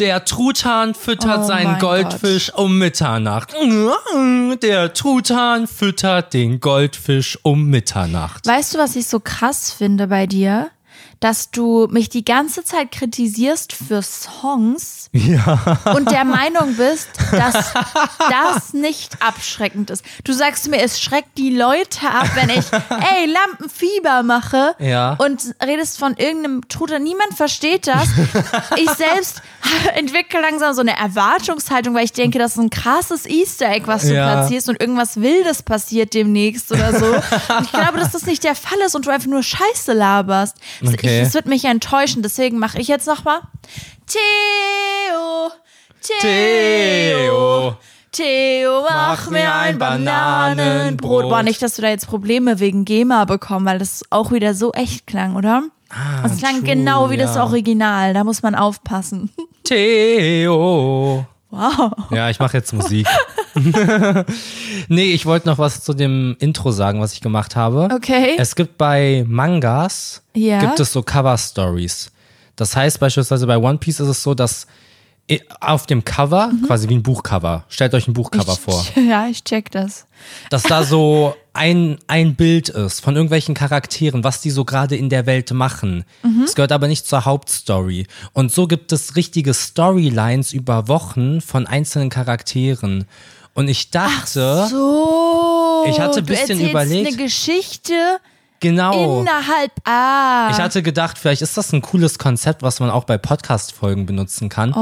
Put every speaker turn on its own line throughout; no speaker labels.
Der Truthahn füttert
Oh
seinen
mein
Goldfisch um Mitternacht. Der Truthahn füttert den Goldfisch um Mitternacht.
Weißt du, was ich so krass finde bei dir? Dass du mich die ganze Zeit kritisierst für Songs und der Meinung bist, dass das nicht abschreckend ist. Du sagst mir, es schreckt die Leute ab, wenn ich, ey, Lampenfieber mache
Ja.
und redest von irgendeinem Truder. Niemand versteht das. Ich selbst entwickle langsam so eine Erwartungshaltung, weil ich denke, das ist ein krasses Easter Egg, was du
Ja.
platzierst und irgendwas Wildes passiert demnächst oder so. Und ich glaube, dass das nicht der Fall ist und du einfach nur Scheiße laberst. Das-
Okay.
Ich, das wird mich enttäuschen, deswegen mache ich jetzt nochmal. Theo, Theo,
Theo.
Theo, mach mir ein Bananenbrot. Boah, nicht, dass du da jetzt Probleme wegen GEMA bekommen, weil das auch wieder so echt klang, oder? das klang
Ah, true,
genau wie das
ja.
Original, da muss man aufpassen.
Theo.
Wow.
Ja, ich mache jetzt Musik. nee, ich wollte noch was zu dem Intro sagen, was ich gemacht habe.
Okay.
Es gibt bei Mangas
Ja.
gibt es so Cover Stories. Das heißt beispielsweise bei One Piece ist es so, dass i- auf dem Cover, quasi wie ein Buchcover, stellt euch ein Buchcover
Mhm. ich,
vor,
Ja, ich check das.
dass da so ein, ein Bild ist von irgendwelchen Charakteren, was die so gerade in der Welt machen.
Mhm.
Es gehört aber nicht zur Hauptstory. Und so gibt es richtige Storylines über Wochen von einzelnen Charakteren. Und ich dachte,
So.
Ich hatte ein bisschen
du erzählst
überlegt.
eine Geschichte
genau.
innerhalb. Ah.
Ich hatte gedacht, vielleicht ist das ein cooles Konzept, was man auch bei Podcast-Folgen benutzen kann.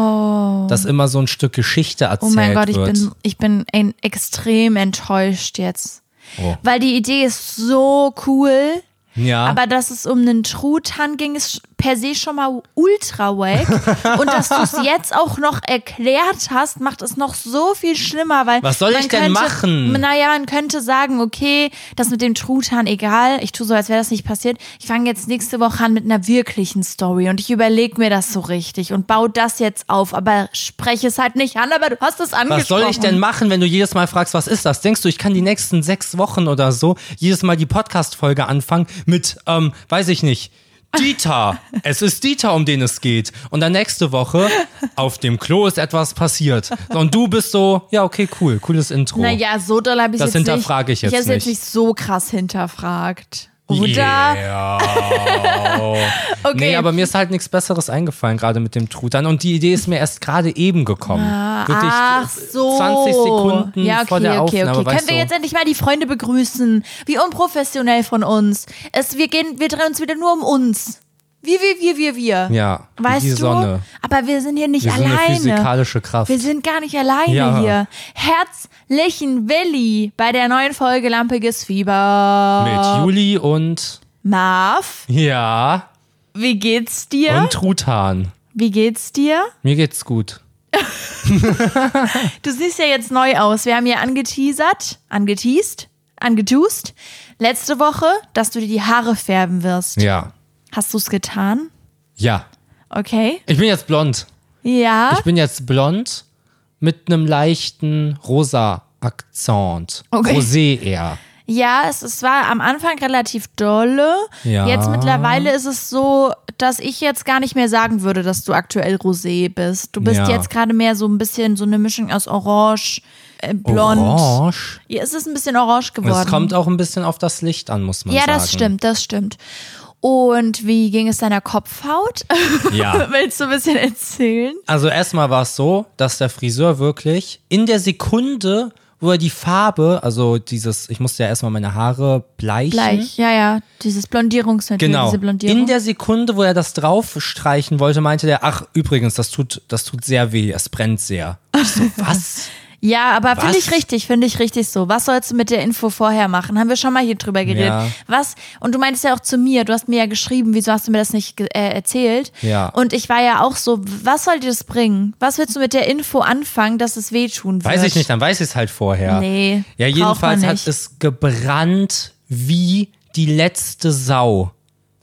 Dass immer so ein Stück Geschichte
Oh
erzählt
mein Gott, ich
wird.
bin, ich bin ein, extrem enttäuscht jetzt.
Oh.
Weil die Idee ist so cool.
ja,
Aber dass es um einen Truthahn ging, ist per se schon mal ultra wack. Und dass du es jetzt auch noch erklärt hast, macht es noch so viel schlimmer, weil.
Was soll
man
ich denn
könnte,
machen?
Naja, man könnte sagen, okay, das mit dem Truthahn, egal. Ich tue so, als wäre das nicht passiert. Ich fange jetzt nächste Woche an mit einer wirklichen Story und ich überlege mir das so richtig und baue das jetzt auf, aber spreche es halt nicht an, aber du hast es angesprochen.
was soll ich denn machen, wenn du jedes Mal fragst, was ist das? Denkst du, ich kann die nächsten sechs Wochen oder so jedes Mal die Podcast-Folge anfangen mit, ähm, weiß ich nicht, Dieter. es ist Dieter, um den es geht. Und dann nächste Woche, auf dem Klo ist etwas passiert. So, Und du bist so, ja, okay, cool, cooles Intro.
Naja, so doll habe ich
Das
jetzt nicht.
hinterfrage ich jetzt
Ich habe jetzt
nicht.
nicht so krass hinterfragt. Oder?
Yeah.
Okay.
Nee, aber mir ist halt nichts Besseres eingefallen, gerade mit dem Truthahn. Und die Idee ist mir erst gerade eben gekommen. Wirklich
Ah, Ach so.
20 Sekunden
ja, okay,
vor der
okay,
Aufnahme.
okay.
Weißt
Können wir
du?
jetzt endlich mal die Freunde begrüßen? Wie unprofessionell von uns. Es, wir, gehen, wir drehen uns wieder nur um uns. Wir, wir, wir, wir, wir.
Ja, wie
Weißt
die
du?
Sonne.
Aber wir sind hier nicht
wir sind eine
alleine.
physikalische Kraft.
wir sind gar nicht alleine
Ja.
hier. Herzlichen Willi bei der neuen Folge Lampiges Fieber.
mit Juli und
Marv,
ja
wie geht's dir?
und Truthahn.
Wie geht's dir?
Mir geht's gut.
Du siehst ja jetzt neu aus. Wir haben ja angeteasert, angeteased, angetust. Letzte Woche, dass du dir die Haare färben wirst.
Ja,
Hast du es getan?
ja.
Okay.
Ich bin jetzt blond.
Ja.
Ich bin jetzt blond mit einem leichten rosa Akzent.
Okay.
Rosé eher.
Ja, es, es war am Anfang relativ dolle.
Ja.
Jetzt mittlerweile ist es so, dass ich jetzt gar nicht mehr sagen würde, dass du aktuell rosé bist. Du bist
Ja.
jetzt gerade mehr so ein bisschen so eine Mischung aus orange, äh, blond.
Orange.
Ja, es ist ein bisschen orange geworden.
Es kommt auch ein bisschen auf das Licht an, muss man
ja,
sagen.
das stimmt, das stimmt. Und wie ging es deiner Kopfhaut?
Ja.
Willst du ein bisschen erzählen?
Also erstmal war es so, dass der Friseur wirklich in der Sekunde, wo er die Farbe, also dieses, ich musste ja erstmal meine Haare bleichen.
Gleich, ja, ja. Dieses Blondierungsmittel,
Hm? Genau.
diese Blondierung.
In der Sekunde, wo er das draufstreichen wollte, meinte der, ach übrigens, das tut, das tut sehr weh, es brennt sehr. Ich so, was?
ja, aber finde
Was?
ich richtig, finde ich richtig so. Was sollst du mit der Info vorher machen? Haben wir schon mal hier drüber geredet.
Ja.
Was? Und du meintest ja auch zu mir, du hast mir ja geschrieben, wieso hast du mir das nicht ge- äh, erzählt?
Ja.
Und ich war ja auch so, was soll dir das bringen? Was willst du mit der Info anfangen, dass es wehtun wird?
Weiß ich nicht, dann weiß ich es halt vorher.
Nee,
Ja,
braucht
jedenfalls
man
hat
nicht.
es gebrannt wie die letzte Sau.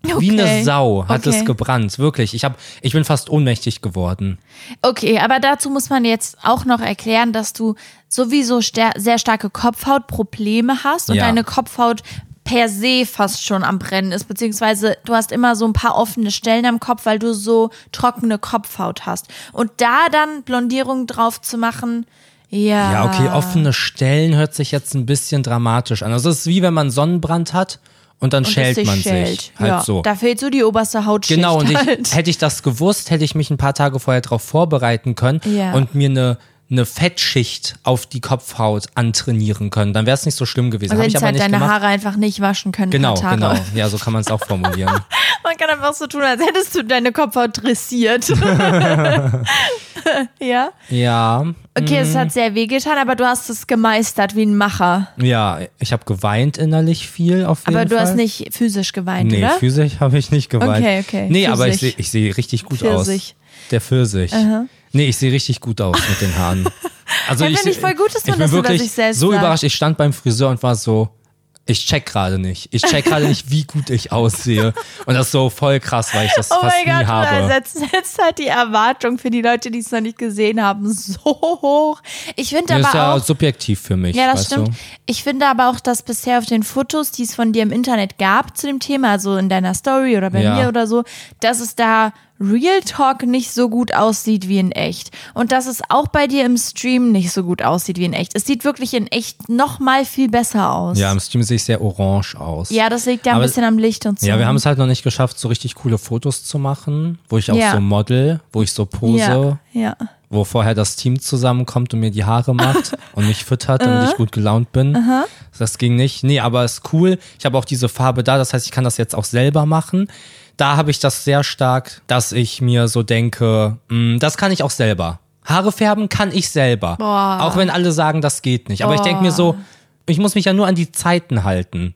Wie
Okay.
eine Sau hat
Okay.
es gebrannt, wirklich. Ich, hab, ich bin fast ohnmächtig geworden.
Okay, aber dazu muss man jetzt auch noch erklären, dass du sowieso ster- sehr starke Kopfhautprobleme hast und
Ja.
deine Kopfhaut per se fast schon am Brennen ist, beziehungsweise du hast immer so ein paar offene Stellen am Kopf, weil du so trockene Kopfhaut hast. Und da dann Blondierung drauf zu machen, ja.
Ja, okay, offene Stellen hört sich jetzt ein bisschen dramatisch an. Also es ist wie wenn man Sonnenbrand hat und dann
Und es
schält man sich.
schält.
Halt
ja,
so.
Da fehlt so die oberste Hautschicht.
Genau, und ich,
halt.
hätte ich das gewusst, hätte ich mich ein paar Tage vorher darauf vorbereiten können
Ja.
und mir eine eine Fettschicht auf die Kopfhaut antrainieren können, dann wäre es nicht so schlimm gewesen.
Und
Habe ich
hättest
aber
halt
nicht
deine
gemacht.
Haare einfach nicht waschen können.
genau,
paar Tage.
genau. Ja, so kann man es auch formulieren.
Man kann einfach so tun, als hättest du deine Kopfhaut dressiert. ja.
ja,
Okay,
Mhm.
es hat sehr wehgetan, aber du hast es gemeistert wie ein Macher.
ja, ich habe geweint innerlich viel auf jeden
Aber du
Fall.
hast nicht physisch geweint,
Nee,
oder?
physisch habe ich nicht geweint.
Okay, okay.
Nee, aber ich sehe
Pfirsich.
ich seh richtig gut
Pfirsich.
aus. Der Pfirsich. Nee, ich sehe richtig gut aus mit den Haaren. Also
Ja,
ich,
finde ich voll gut, dass man
ich bin
das über
wirklich
sich selbst
so
sagt.
überrascht. Ich stand beim Friseur und war so, ich check gerade nicht. Ich check gerade nicht, wie gut ich aussehe. Und das ist so voll krass, weil ich das
Oh
fast
mein
nie
Gott,
habe.
du setzt, setzt halt die Erwartung für die Leute, die es noch nicht gesehen haben, so hoch. Ich finde
das
aber
ist ja
auch,
subjektiv für mich.
Ja, das
weißt
stimmt.
Du?
Ich finde aber auch, dass bisher auf den Fotos, die es von dir im Internet gab zu dem Thema, also in deiner Story oder bei
Ja.
mir oder so, dass es da Real Talk nicht so gut aussieht wie in echt. Und dass es auch bei dir im Stream nicht so gut aussieht wie in echt. Es sieht wirklich in echt noch mal viel besser aus.
Ja, im Stream sehe ich sehr orange aus.
Ja, das liegt ja ein
Aber-
bisschen am Licht und so.
Ja, wir haben es halt noch nicht geschafft, so richtig coole Fotos zu machen, wo ich auch
Ja.
so model, wo ich so pose.
Ja, ja.
wo vorher das Team zusammenkommt und mir die Haare macht und mich füttert, damit ich gut gelaunt bin. Das ging nicht. Nee, aber ist cool. Ich habe auch diese Farbe da, das heißt, ich kann das jetzt auch selber machen. Da habe ich das sehr stark, dass ich mir so denke, "Mm, das kann ich auch selber. Haare färben kann ich selber.
Boah.
Auch wenn alle sagen, das geht nicht. Aber ich denke mir so, ich muss mich ja nur an die Zeiten halten.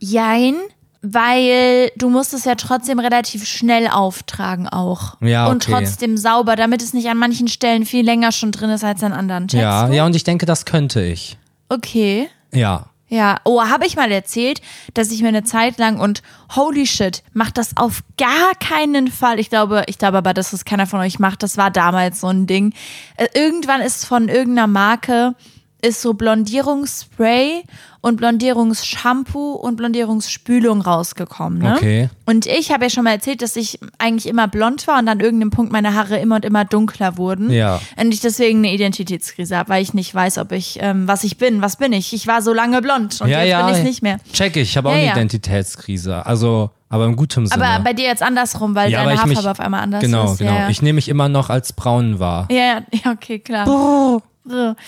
Jein, weil du musst es ja trotzdem relativ schnell auftragen auch.
Ja,
Und
okay.
trotzdem sauber, damit es nicht an manchen Stellen viel länger schon drin ist als an anderen. Checkst
ja,
du?
ja, und ich denke, das könnte ich.
Okay.
Ja.
Ja, oh, habe ich mal erzählt, dass ich mir eine Zeit lang und holy shit, macht das auf gar keinen Fall. Ich glaube, ich glaube aber, dass das keiner von euch macht. Das war damals so ein Ding. Äh, Irgendwann ist von irgendeiner Marke ist so Blondierungsspray und Blondierungsshampoo und Blondierungsspülung rausgekommen, ne?
Okay.
Und ich habe ja schon mal erzählt, dass ich eigentlich immer blond war und an irgendeinem Punkt meine Haare immer und immer dunkler wurden.
Ja.
Und ich deswegen eine Identitätskrise habe, weil ich nicht weiß, ob ich, ähm, was ich bin, was bin ich. Ich war so lange blond und
ja,
jetzt
ja.
bin ich nicht mehr.
Check ich, ich habe auch
Ja,
eine
ja.
Identitätskrise. Also, aber im guten Sinne.
Aber bei dir jetzt andersrum, weil
Genau. Ja,
deine
aber ich
Haarfarbe
mich-
auf einmal anders
Genau,
ist.
genau.
Ja, ja.
Ich nehme mich immer noch als braun wahr.
ja, ja, ja, okay, klar. So.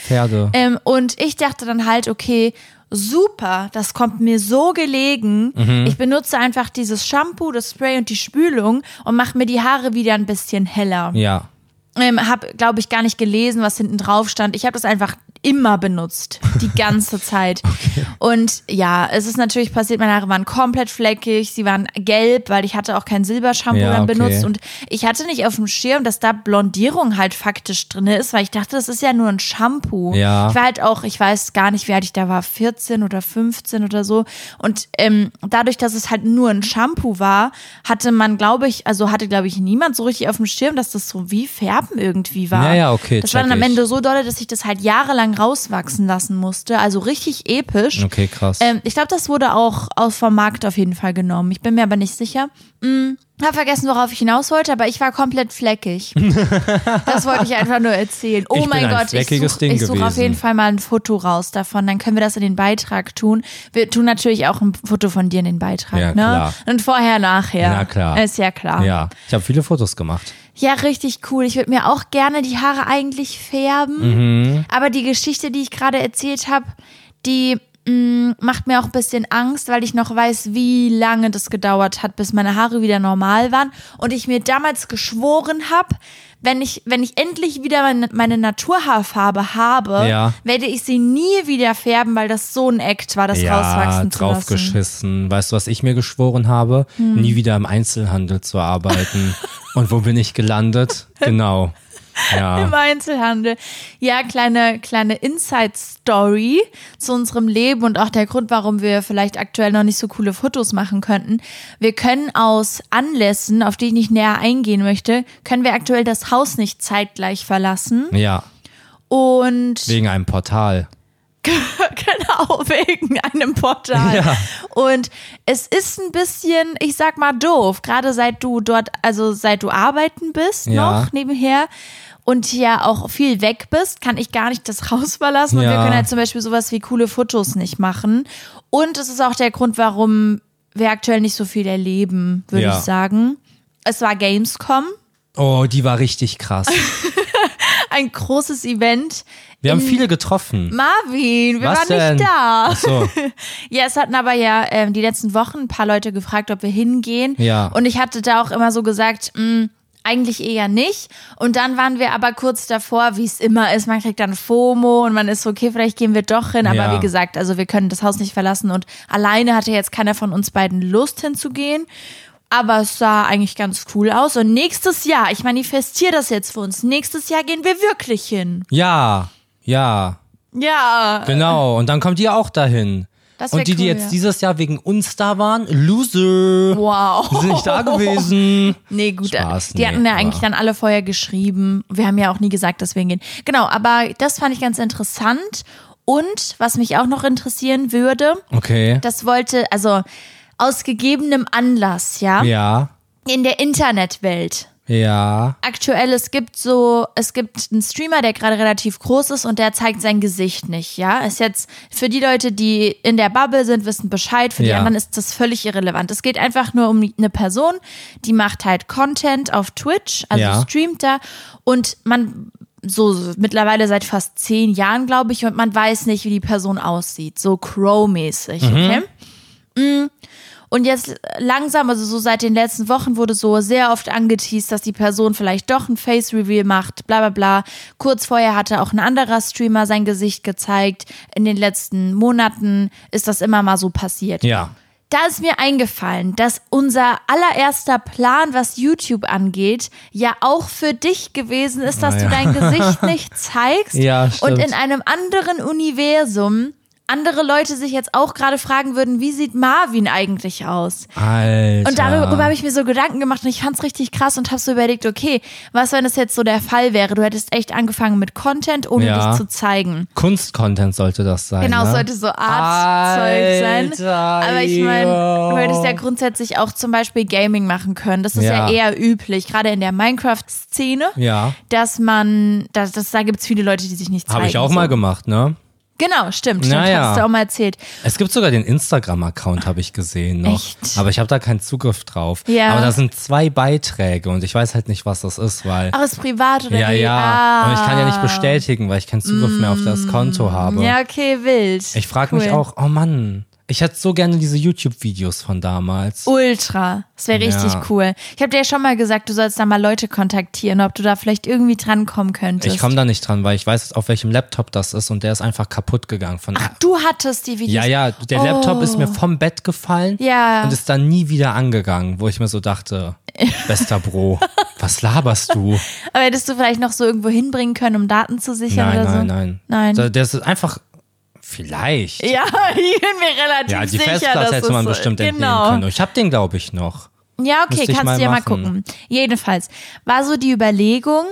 Pferde.
Ähm, und ich dachte dann halt, okay, super, das kommt mir so gelegen.
Mhm.
Ich benutze einfach dieses Shampoo, das Spray und die Spülung und mache mir die Haare wieder ein bisschen heller.
Ja.
Ähm, habe, glaube ich, gar nicht gelesen, was hinten drauf stand. Ich habe das einfach immer benutzt, die ganze Zeit. Und ja, es ist natürlich passiert, meine Haare waren komplett fleckig, sie waren gelb, weil ich hatte auch kein Silbershampoo
Ja,
dann
okay.
benutzt. Und ich hatte nicht auf dem Schirm, dass da Blondierung halt faktisch drin ist, weil ich dachte, das ist ja nur ein Shampoo.
Ja.
Ich war halt auch, ich weiß gar nicht, wie alt ich da war, 14 oder 15 oder so. Und ähm, dadurch, dass es halt nur ein Shampoo war, hatte man, glaube ich, also hatte, glaube ich, niemand so richtig auf dem Schirm, dass das so wie Färben irgendwie war.
Ja, ja, okay,
Das war dann
check
am
ich.
Ende so dolle, dass ich das halt jahrelang rauswachsen lassen musste. Also richtig episch.
Okay, krass.
Ähm, ich glaube, das wurde auch aus vom Markt auf jeden Fall genommen. Ich bin mir aber nicht sicher. Hm, hab vergessen, worauf ich hinaus wollte, aber ich war komplett fleckig. das wollte ich einfach nur erzählen. Oh
Ich bin
mein
ein
Gott, ich
fleckiges
suche
Ding
ich such auf
gewesen.
jeden Fall mal ein Foto raus davon. Dann können wir das in den Beitrag tun. Wir tun natürlich auch ein Foto von dir in den Beitrag.
Ja,
ne?
klar.
Und vorher, nachher.
Na klar.
Ist ja klar.
ja. Ich habe viele Fotos gemacht.
Ja, richtig cool. Ich würde mir auch gerne die Haare eigentlich färben.
Mhm.
Aber die Geschichte, die ich gerade erzählt habe, die mh, macht mir auch ein bisschen Angst, weil ich noch weiß, wie lange das gedauert hat, bis meine Haare wieder normal waren. Und ich mir damals geschworen habe, wenn ich, wenn ich endlich wieder meine, meine Naturhaarfarbe habe,
Ja.
werde ich sie nie wieder färben, weil das so ein Act war, das
Ja,
rauswachsen zu lassen. Hm.
draufgeschissen. Weißt du, was ich mir geschworen habe? Nie wieder im Einzelhandel zu arbeiten. Und wo bin ich gelandet? Genau. Ja.
Im Einzelhandel. Ja, kleine, kleine Inside-Story zu unserem Leben und auch der Grund, warum wir vielleicht aktuell noch nicht so coole Fotos machen könnten. Wir können aus Anlässen, auf die ich nicht näher eingehen möchte, können wir aktuell das Haus nicht zeitgleich verlassen.
Ja.
Und
Wegen einem Portal.
genau, wegen einem Portal.
Ja.
Und es ist ein bisschen, ich sag mal, doof, gerade seit du dort, also seit du arbeiten bist
Ja.
noch nebenher und ja auch viel weg bist, kann ich gar nicht das Haus verlassen. Und
Ja.
wir können halt zum Beispiel sowas wie coole Fotos nicht machen. Und es ist auch der Grund, warum wir aktuell nicht so viel erleben, würde
Ja.
ich sagen. Es war Gamescom,
Oh, die war richtig krass.
ein großes Event.
Wir haben viele getroffen.
Marvin, Ähm, wir
Was
waren
denn?
nicht da.
Ach so.
Ja, es hatten aber ja ähm, die letzten Wochen ein paar Leute gefragt, ob wir hingehen.
Ja.
Und ich hatte da auch immer so gesagt, mh, eigentlich eher nicht. Und dann waren wir aber kurz davor, wie es immer ist. Man kriegt dann FOMO und man ist so, okay, vielleicht gehen wir doch hin. Aber
Ja.
wie gesagt, also wir können das Haus nicht verlassen und alleine hatte jetzt keiner von uns beiden Lust hinzugehen. Aber es sah eigentlich ganz cool aus. Und nächstes Jahr, ich manifestiere das jetzt für uns, nächstes Jahr gehen wir wirklich hin.
Ja, ja,
Ja.
genau. Und dann kommt ihr auch dahin.
Das wär
Und die, die
cool,
jetzt
ja.
dieses Jahr wegen uns da waren, Loser.
Wow.
Die sind nicht da gewesen.
Nee, gut, äh,
Spaß,
die
nee,
hatten ja
aber-
eigentlich dann alle vorher geschrieben. Wir haben ja auch nie gesagt, dass wir hingehen. Genau, aber das fand ich ganz interessant. Und was mich auch noch interessieren würde,
Okay.
das wollte, also aus gegebenem Anlass, ja,
Ja,
in der Internetwelt.
ja.
Aktuell, es gibt so, es gibt einen Streamer, der gerade relativ groß ist und der zeigt sein Gesicht nicht, ja. Ist jetzt für die Leute, die in der Bubble sind, wissen Bescheid, für die
Ja.
anderen ist das völlig irrelevant. Es geht einfach nur um eine Person, die macht halt Content auf Twitch, also
Ja.
streamt da und man so mittlerweile seit fast zehn Jahren, glaube ich, und man weiß nicht, wie die Person aussieht. So Crow-mäßig,
Mhm.
okay? Mm. Und jetzt langsam, also so seit den letzten Wochen wurde so sehr oft angeteased, dass die Person vielleicht doch ein Face-Reveal macht, bla bla bla. Kurz vorher hatte auch ein anderer Streamer sein Gesicht gezeigt. In den letzten Monaten ist das immer mal so passiert.
Ja.
Da ist mir eingefallen, dass unser allererster Plan, was YouTube angeht, ja auch für dich gewesen ist, dass
Ah,
du
ja.
dein Gesicht nicht zeigst
Ja,
und
stimmt.
in einem anderen Universum andere Leute sich jetzt auch gerade fragen würden, wie sieht Marvin eigentlich aus?
Alter.
Und darüber habe ich mir so Gedanken gemacht und ich fand's richtig krass und habe so überlegt, okay, was, wenn das jetzt so der Fall wäre? Du hättest echt angefangen mit Content, ohne
Ja.
dich zu zeigen.
Kunstcontent sollte das sein.
Genau,
ne?
es sollte so Artzeug sein.
Alter,
Aber ich meine,
yo.
du hättest ja grundsätzlich auch zum Beispiel Gaming machen können. Das ist ja,
Ja.
eher üblich, gerade in der Minecraft-Szene,
Ja.
dass man, dass, dass, da gibt's viele Leute, die sich nicht zeigen.
Habe ich auch
so.
mal gemacht, ne?
Genau, stimmt. stimmt
Naja.
Hast du auch mal erzählt.
Es gibt sogar den Instagram-Account, habe ich gesehen noch.
Echt?
Aber ich habe da keinen Zugriff drauf.
Ja.
Aber da sind zwei Beiträge und ich weiß halt nicht, was das ist, weil.
Ach, ist privat oder
ja,
wie?
ja.
Ah.
Und ich kann ja nicht bestätigen, weil ich keinen Zugriff mehr auf das Konto habe.
Ja, okay, wild.
Ich frage
Cool.
mich auch, oh Mann, ich hätte so gerne diese YouTube-Videos von damals.
Oh, Ultra. Das wäre richtig
Ja.
cool. Ich habe dir ja schon mal gesagt, du sollst da mal Leute kontaktieren, ob du da vielleicht irgendwie drankommen könntest.
Ich komme da nicht dran, weil ich weiß, auf welchem Laptop das ist und der ist einfach kaputt gegangen von.
du hattest die Videos.
ja, ja, der
Ah, Oh.
Laptop ist mir vom Bett gefallen
Ja.
und ist dann nie wieder angegangen, wo ich mir so dachte, bester Bro, was laberst du?
Aber hättest du vielleicht noch so irgendwo hinbringen können, um Daten zu sichern
Nein,
oder so?
nein, nein.
Nein.
Da- Der ist einfach vielleicht.
Ja, ich bin mir relativ
Ja, die
sicher, dass
Festplatte hätte
es
man
so-
bestimmt entnehmen
genau.
können. Ich habe den, glaube ich, noch.
Ja, okay,
Müsste ich
kannst
mal
du ja mal
machen.
gucken. Jedenfalls war so die Überlegung,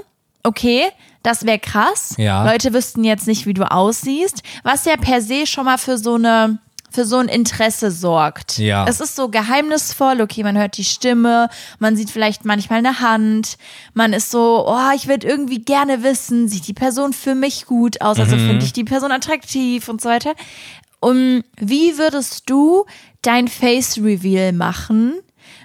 okay, das wäre krass.
Ja.
Leute wüssten jetzt nicht, wie du aussiehst, was ja per se schon mal für so eine für so ein Interesse sorgt.
Ja.
Es ist so geheimnisvoll, okay, man hört die Stimme, man sieht vielleicht manchmal eine Hand, man ist so, oh, ich würde irgendwie gerne wissen, sieht die Person für mich gut aus, also
Mhm.
finde ich die Person attraktiv und so weiter. Um, wie würdest du dein Face Reveal machen,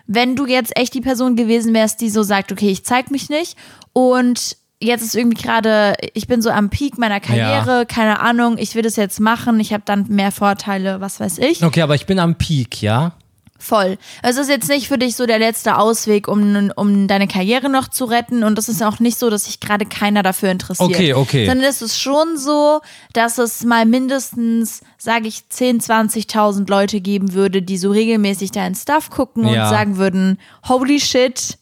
wenn du jetzt echt die Person gewesen wärst, die so sagt, okay, ich zeig mich nicht und jetzt ist irgendwie gerade, ich bin so am Peak meiner Karriere, keine Ahnung, ich will das jetzt machen, ich habe dann mehr Vorteile, was weiß ich.
Okay, aber ich bin am Peak, ja?
Voll. Also Es ist jetzt nicht für dich so der letzte Ausweg, um, um deine Karriere noch zu retten. Und es ist auch nicht so, dass sich gerade keiner dafür interessiert.
Okay, okay.
Sondern es ist schon so, dass es mal mindestens, sage ich, 10.000, 20.000 Leute geben würde, die so regelmäßig deinen Stuff gucken
Ja.
und sagen würden, holy shit,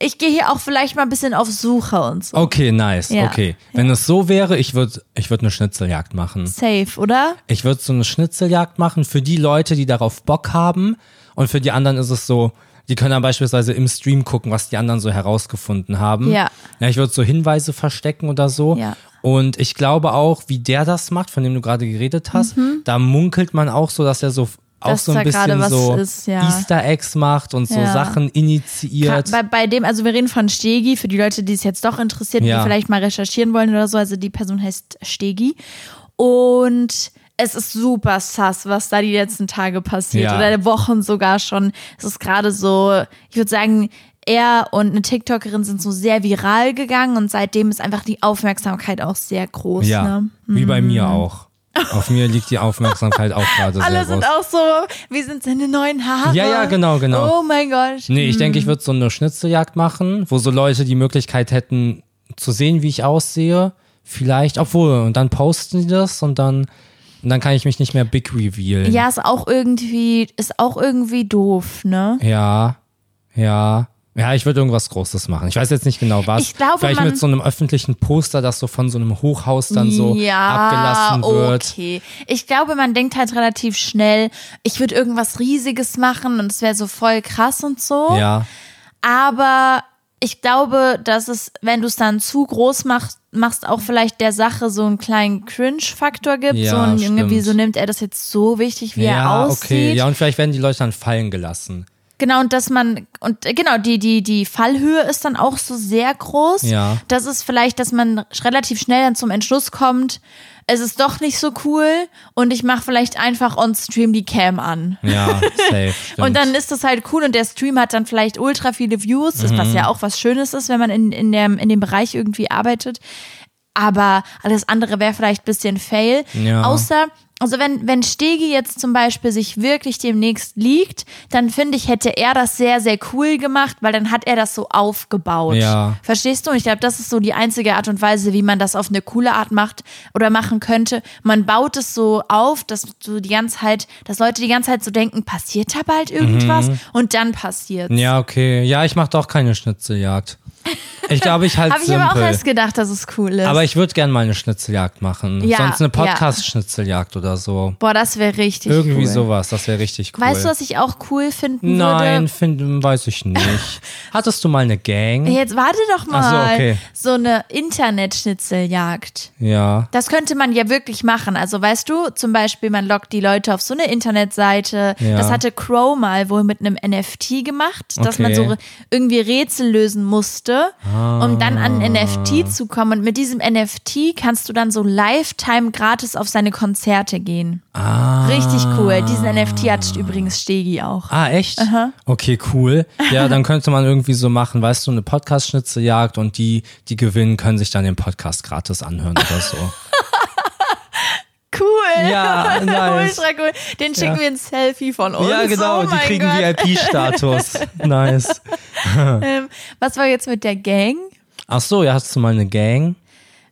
ich gehe hier auch vielleicht mal ein bisschen auf Suche und so.
Okay, nice.
Ja.
Okay. Wenn es so wäre, ich würde ich würd eine Schnitzeljagd machen.
Safe, oder?
Ich würde so eine Schnitzeljagd machen für die Leute, die darauf Bock haben. Und für die anderen ist es so, Die können dann beispielsweise im Stream gucken, was die anderen so herausgefunden haben.
Ja.
ja ich würde so Hinweise verstecken oder so.
Ja.
Und ich glaube auch, wie der das macht, von dem du gerade geredet hast, da munkelt man auch so, dass er so auch
Mhm. Dass
so ein
da gerade
bisschen
was
so
ist, ja.
Easter Eggs macht und so
Ja.
Sachen initiiert.
Bei, bei dem, also wir reden von Stegi, für die Leute, die es jetzt doch interessiert,
Ja.
die vielleicht mal recherchieren wollen oder so. Also die Person heißt Stegi. Und es ist super sass, was da die letzten Tage passiert.
Ja.
Oder Wochen sogar schon. Es ist gerade so, ich würde sagen, er und eine TikTokerin sind so sehr viral gegangen und seitdem ist einfach die Aufmerksamkeit auch sehr groß.
ja,
Ne?
wie bei mir auch. Auf mir liegt die Aufmerksamkeit auch gerade sehr
Alle
groß.
sind auch so, wie sind seine neuen Haare?
Ja, ja, genau, genau.
Oh mein Gott.
Nee, ich denke, ich würde so eine Schnitzeljagd machen, wo so Leute die Möglichkeit hätten, zu sehen, wie ich aussehe. Vielleicht, obwohl, und dann posten die das und dann, und dann kann ich mich nicht mehr big revealen.
Ja, ist auch irgendwie, ist auch irgendwie doof, ne?
Ja, ja. Ja, ich würde irgendwas Großes machen. Ich weiß jetzt nicht genau was.
Ich glaube,
Vielleicht
man-
mit so einem öffentlichen Poster, das so von so einem Hochhaus dann so abgelassen wird.
Okay. Ich glaube, man denkt halt relativ schnell, ich würde irgendwas Riesiges machen und es wäre so voll krass und so.
Ja,
Aber ich glaube, dass es, wenn du es dann zu groß machst, machst auch vielleicht der Sache so einen kleinen Cringe-Faktor gibt.
Ja,
so ein Junge,
stimmt.
wieso nimmt er das jetzt so wichtig, wie er
ja,
aussieht?
okay. Ja, und vielleicht werden die Leute dann fallen gelassen.
Genau, und dass man, und äh, genau, die, die, die Fallhöhe ist dann auch so sehr groß.
Ja.
Das ist vielleicht, dass man sch- relativ schnell dann zum Entschluss kommt, es ist doch nicht so cool und ich mache vielleicht einfach on Stream die Cam an.
Ja, safe.
Und
stimmt.
dann ist das halt cool und der Stream hat dann vielleicht ultra viele Views, ist was ja
Mhm.
auch was Schönes ist, wenn man in, in, dem, in dem Bereich irgendwie arbeitet. Aber alles andere wäre vielleicht ein bisschen fail.
Ja.
Außer, also wenn, wenn Stegi jetzt zum Beispiel sich wirklich demnächst liegt, dann finde ich, hätte er das sehr, sehr cool gemacht, weil dann hat er das so aufgebaut.
Ja.
Verstehst du? Und ich glaube, das ist so die einzige Art und Weise, wie man das auf eine coole Art macht oder machen könnte. Man baut es so auf, dass du die ganze Zeit, dass Leute die ganze Zeit so denken, passiert da bald irgendwas?
Mhm.
Und dann passiert.
Ja, okay. Ja, ich mache doch keine Schnitzeljagd. Ich glaube, ich halte
Habe ich
simpel.
aber auch erst gedacht, dass es cool ist.
aber ich würde gerne mal eine Schnitzeljagd machen.
Ja,
Sonst eine
ja.
Podcast-Schnitzeljagd oder so.
Boah, das wäre richtig
Irgendwie
cool.
sowas, das wäre richtig cool.
Weißt du, was ich auch cool finden
Nein,
würde?
find, weiß ich nicht. Hattest du mal eine Gang?
Jetzt warte doch mal.
Ach so, okay.
so eine Internetschnitzeljagd.
Ja.
Das könnte man ja wirklich machen. Also weißt du, zum Beispiel, man lockt die Leute auf so eine Internetseite.
Ja.
Das hatte Crow mal wohl mit einem NFT gemacht, dass
Okay.
man so re- irgendwie Rätsel lösen musste, um dann
Ah.
an ein NFT zu kommen. Und mit diesem NFT kannst du dann so Lifetime gratis auf seine Konzerte gehen.
Ah.
Richtig cool. Diesen NFT hat übrigens Stegi auch.
Ah, echt? Okay, cool. Ja, dann könnte man irgendwie so machen, weißt du, eine Podcast-Schnitzeljagd und die, die gewinnen, können sich dann den Podcast gratis anhören oder so.
Cool.
Ja, nice.
Ultra cool. Den schicken wir ein Selfie von uns.
Ja, genau,
oh
die
mein
kriegen
Gott.
VIP-Status. Nice.
Ähm, was war jetzt mit der Gang?
Ach so, ja, hast du mal eine Gang?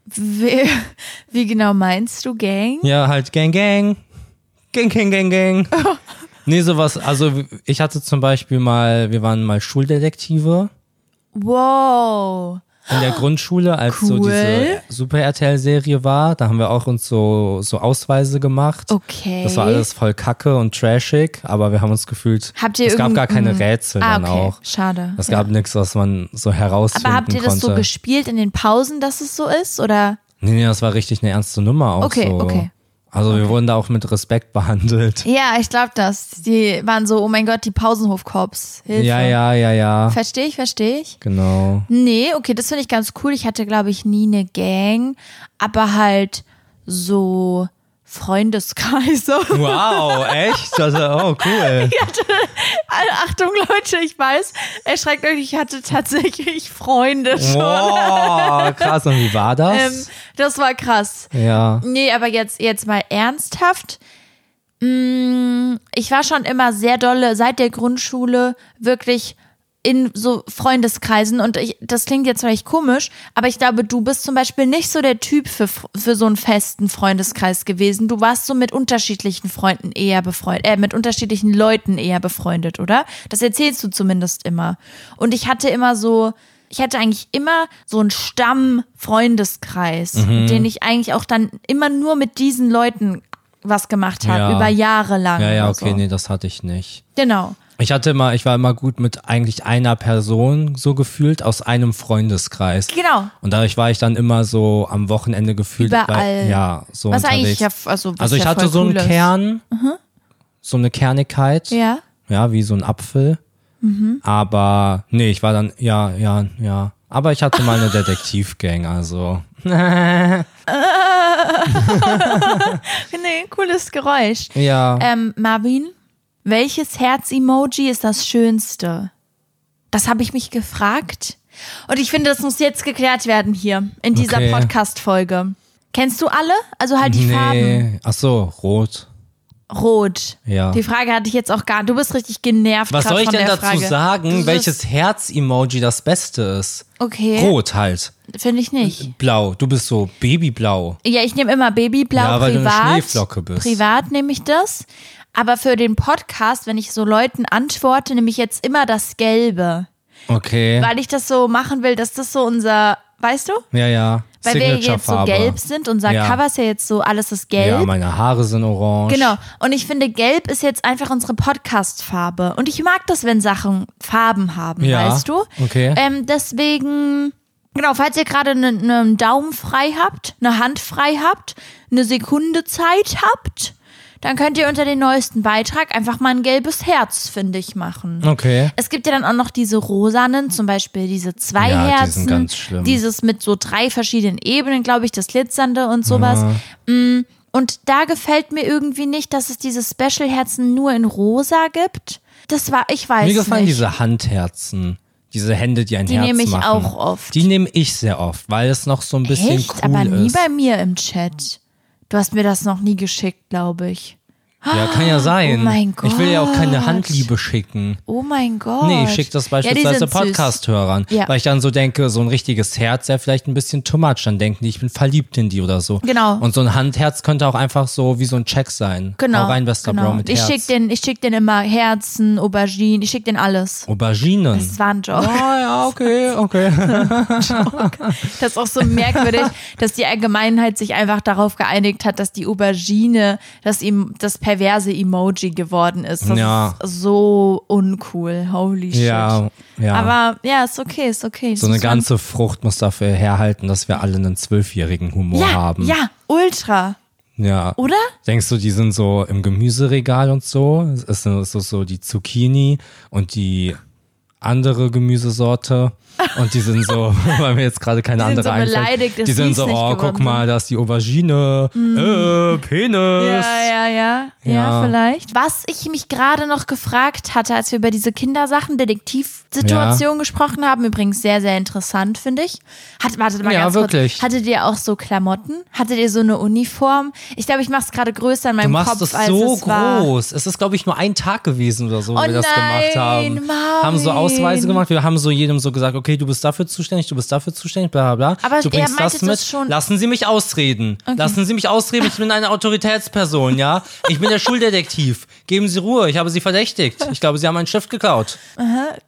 Wie, wie genau meinst du Gang?
Ja, halt Gang, Gang. Gang, Gang, Gang, Gang. Nee, sowas, also ich hatte zum Beispiel mal, wir waren mal Schuldetektive.
Wow.
in der Grundschule, als so
Cool.
diese Super RTL-Serie war. Da haben wir auch uns so, so Ausweise gemacht.
Okay.
Das war alles voll kacke und trashig, aber wir haben uns gefühlt,
Habt ihr
es gab gar
irgendein-
keine Rätsel
Ah,
dann
okay.
auch.
Schade.
Es
Ja.
gab nichts, was man so herausfinden
Aber habt ihr das
konnte.
so gespielt in den Pausen, dass es so ist? Oder?
nee, nee, das war richtig eine ernste Nummer auch
Okay,
so.
okay.
Also wir wurden da auch mit Respekt behandelt.
Ja, ich glaube das. Die waren so, oh mein Gott, die Pausenhofkorps. Hilfe.
Ja, ja, ja, ja.
Verstehe ich, verstehe ich.
Genau.
Nee, okay, das finde ich ganz cool. Ich hatte, glaube ich, nie eine Gang, aber halt so Freundeskreise.
Wow, echt? Das, oh, cool.
Achtung, Leute, ich weiß, erschreckt euch, ich hatte tatsächlich Freunde schon.
Wow, krass. Und wie war
Ähm,
das?
das war krass.
ja.
Nee, aber jetzt, jetzt mal ernsthaft. Mm, Ich war schon immer sehr dolle seit der Grundschule wirklich in so Freundeskreisen und ich, das klingt jetzt vielleicht komisch, aber ich glaube, du bist zum Beispiel nicht so der Typ für, für so einen festen Freundeskreis gewesen. Du warst so mit unterschiedlichen Freunden eher befreundet, äh, mit unterschiedlichen Leuten eher befreundet, oder? Das erzählst du zumindest immer. Und ich hatte immer so, ich hatte eigentlich immer so einen Stamm-Freundeskreis, den ich eigentlich auch dann immer nur mit diesen Leuten was gemacht habe,
Ja.
über Jahre lang.
Ja, ja,
oder
okay,
so.
nee, das hatte ich nicht.
Genau.
Ich hatte immer, ich war immer gut mit eigentlich einer Person so gefühlt aus einem Freundeskreis.
Genau.
Und dadurch war ich dann immer so am Wochenende gefühlt
Überall.
Bei, ja, so
was
unterwegs.
eigentlich ja, also, was
also ich
ja
hatte
voll
so einen
cool ist. Mhm.
Kern, so eine Kernigkeit,
Ja.
ja, wie so ein Apfel.
Mhm.
Aber nee, ich war dann ja, ja, ja. Aber ich hatte mal eine Detektivgang, also
Nee, cooles Geräusch.
ja.
Ähm, Marvin, welches Herz-Emoji ist das schönste? Das habe ich mich gefragt. Und ich finde, das muss jetzt geklärt werden hier in dieser
Okay.
Podcast-Folge. Kennst du alle? Also halt die Farben.
nee, ach so, rot.
Rot.
Ja.
Die Frage hatte ich jetzt auch gar nicht. Du bist richtig genervt.
Was
grad
soll ich
von
denn
der
dazu
Frage. Du
sagen,
bist-
welches Herz-Emoji das Beste ist?
Okay.
Rot halt.
Finde ich nicht.
Blau. Du bist so babyblau.
Ja, ich nehme immer Babyblau
Ja, weil du eine
privat.
Schneeflocke bist.
Privat nehme ich das. Aber für den Podcast, wenn ich so Leuten antworte, nehme ich jetzt immer das Gelbe.
Okay.
Weil ich das so machen will, dass das so unser, weißt du?
ja, ja.
Weil wir jetzt so
Signature-Farbe.
gelb sind, unser
Ja.
Cover ist ja jetzt so, alles ist
Ja,
gelb.
meine Haare sind orange.
genau. Und ich finde, gelb ist jetzt einfach unsere Podcast-Farbe. Und ich mag das, wenn Sachen Farben haben,
Ja,
weißt du?
okay.
Ähm, deswegen, genau, falls ihr gerade einen Daumen frei habt, eine Hand frei habt, eine Sekunde Zeit habt, dann könnt ihr unter den neuesten Beitrag einfach mal ein gelbes Herz, finde ich, machen.
Okay.
Es gibt ja dann auch noch diese rosanen, zum Beispiel diese zwei
Ja, die sind
Herzen.
ganz schlimm.
Dieses mit so drei verschiedenen Ebenen, glaube ich, das glitzernde und sowas. Mm, Und da gefällt mir irgendwie nicht, dass es diese Special-Herzen nur in rosa gibt. Das war, ich weiß
Mir gefallen
nicht.
diese Handherzen. Diese Hände, die ein
Die
Herz
nehme ich
machen.
auch oft.
Die nehme ich sehr oft, weil es noch so ein bisschen
Echt?
cool
aber nie
ist.
bei mir im Chat. Du hast mir das noch nie geschickt, glaube ich.
ja, kann ja sein.
Oh mein
Ich will ja auch keine
Gott.
Handliebe schicken.
Oh mein Gott.
Nee, ich schicke das
ja, die
beispielsweise
sind süß.
Podcast-Hörern,
Ja.
weil ich dann so denke, so ein richtiges Herz wäre vielleicht ein bisschen too much. Dann denken die, ich bin verliebt in die oder so.
Genau.
Und so ein Handherz könnte auch einfach so wie so ein Check sein.
Genau.
Hau rein, bester
genau.
Bro mit
ich
Herz.
schicke den, ich schick den immer Herzen, Auberginen, ich schicke den
Mhm.
alles.
Auberginen.
Das war ein Joke.
Ah ja, okay, okay.
Das ist auch so merkwürdig, dass die Allgemeinheit sich einfach darauf geeinigt hat, dass die Aubergine das, ihm, das perverse Emoji geworden ist. Das
Ja.
ist so uncool. Holy shit.
Ja, ja.
Aber ja, ist okay, ist okay.
so eine ganze Frucht muss dafür herhalten, dass wir alle einen zwölfjährigen Humor
ja,
haben.
Ja, ultra.
ja.
Oder?
Denkst du, die sind so im Gemüseregal und so? Es ist so, so, so die Zucchini und die andere Gemüsesorte und die sind so, weil mir jetzt gerade keine
Die sind
andere
so
einfällt.
beleidigt, dass
die
sie
sind
es
so,
nicht
oh,
geworden Mhm.
guck mal, da ist die Aubergine, äh, Penis.
Ja, ja, ja, ja.
Ja.
vielleicht. Was ich mich gerade noch gefragt hatte, als wir über diese Kindersachen, Detektivsituation gesprochen haben, übrigens sehr, sehr interessant, finde ich. Hat, wartet mal
Ja,
ganz
wirklich.
kurz. Hattet ihr auch so Klamotten? Hattet ihr so eine Uniform? Ich glaube, ich mache es gerade größer in
Du
meinem
machst
Kopf,
es
als
so
es war.
groß. Es ist, glaube ich, nur ein Tag gewesen oder so, wo
Oh
wir das
nein,
gemacht haben. Haben so
Marvin.
Ausweise gemacht. Wir haben so jedem so gesagt, okay, du bist dafür zuständig, du bist dafür zuständig, bla bla bla.
Aber
du
ihr
bringst
meintet
das mit.
das schon-
Lassen Sie mich ausreden. Lassen Sie mich ausreden. Ich bin eine Autoritätsperson, ja. Ich bin der Schuldetektiv. Geben Sie Ruhe. Ich habe Sie verdächtigt. Ich glaube, Sie haben mein Stift geklaut.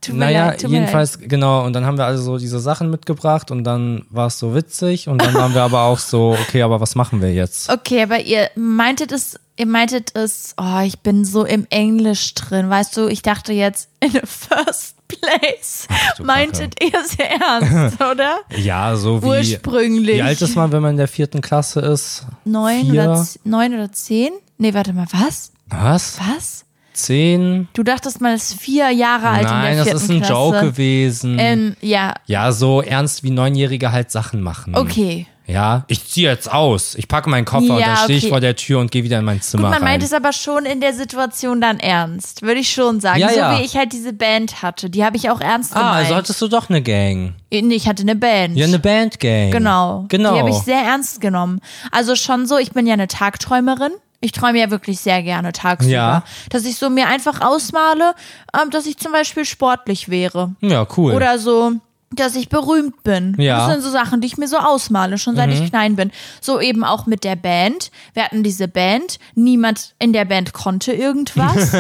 Tut mir
Naja,
leid, tut mir
jedenfalls, genau. Und dann haben wir also so diese Sachen mitgebracht und dann war es so witzig und dann waren wir aber auch so, okay, aber was machen wir jetzt?
Leid. Okay, aber ihr meintet es, ihr meintet es, oh, ich bin so im Englisch drin, weißt du, ich dachte jetzt in the first place.
du Kacke.
Meintet ihr es ernst, oder?
Ja, so wie.
Ursprünglich.
Wie alt ist man, wenn man in der vierten Klasse ist?
Neun
Vier?
oder, z- neun oder zehn? Nee, warte mal, was?
Was?
Was?
Zehn?
Du dachtest mal, es ist vier Jahre alt in
Nein, das
der vierten
ist ein
Klasse.
Joke gewesen.
Ähm, ja,
ja, so ernst wie Neunjährige halt Sachen machen.
okay.
Ja, ich ziehe jetzt aus. Ich packe meinen Koffer und
Ja,
dann stehe ich
okay.
vor der Tür und gehe wieder in mein Zimmer
Gut, man
rein.
meint es aber schon in der Situation dann ernst, würde ich schon sagen.
Ja,
so
ja.
wie ich halt diese Band hatte, die habe ich auch ernst
ah,
gemeint.
also hattest du doch eine Gang.
nee, ich hatte eine Band.
Ja, eine Bandgang.
Genau.
Genau.
Die habe ich sehr ernst genommen. Also schon so, ich bin ja eine Tagträumerin. Ich träume ja wirklich sehr gerne tagsüber.
Ja.
Dass ich so mir einfach ausmale, ähm, dass ich zum Beispiel sportlich wäre.
ja, cool.
Oder so, dass ich berühmt bin.
Ja. Mhm.
Das sind so Sachen, die ich mir so ausmale, schon seit ich klein bin. So eben auch mit der Band. Wir hatten diese Band. Niemand in der Band konnte irgendwas.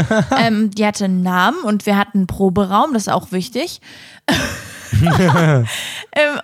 ähm, die hatte einen Namen und wir hatten einen Proberaum, das ist auch wichtig. Ähm,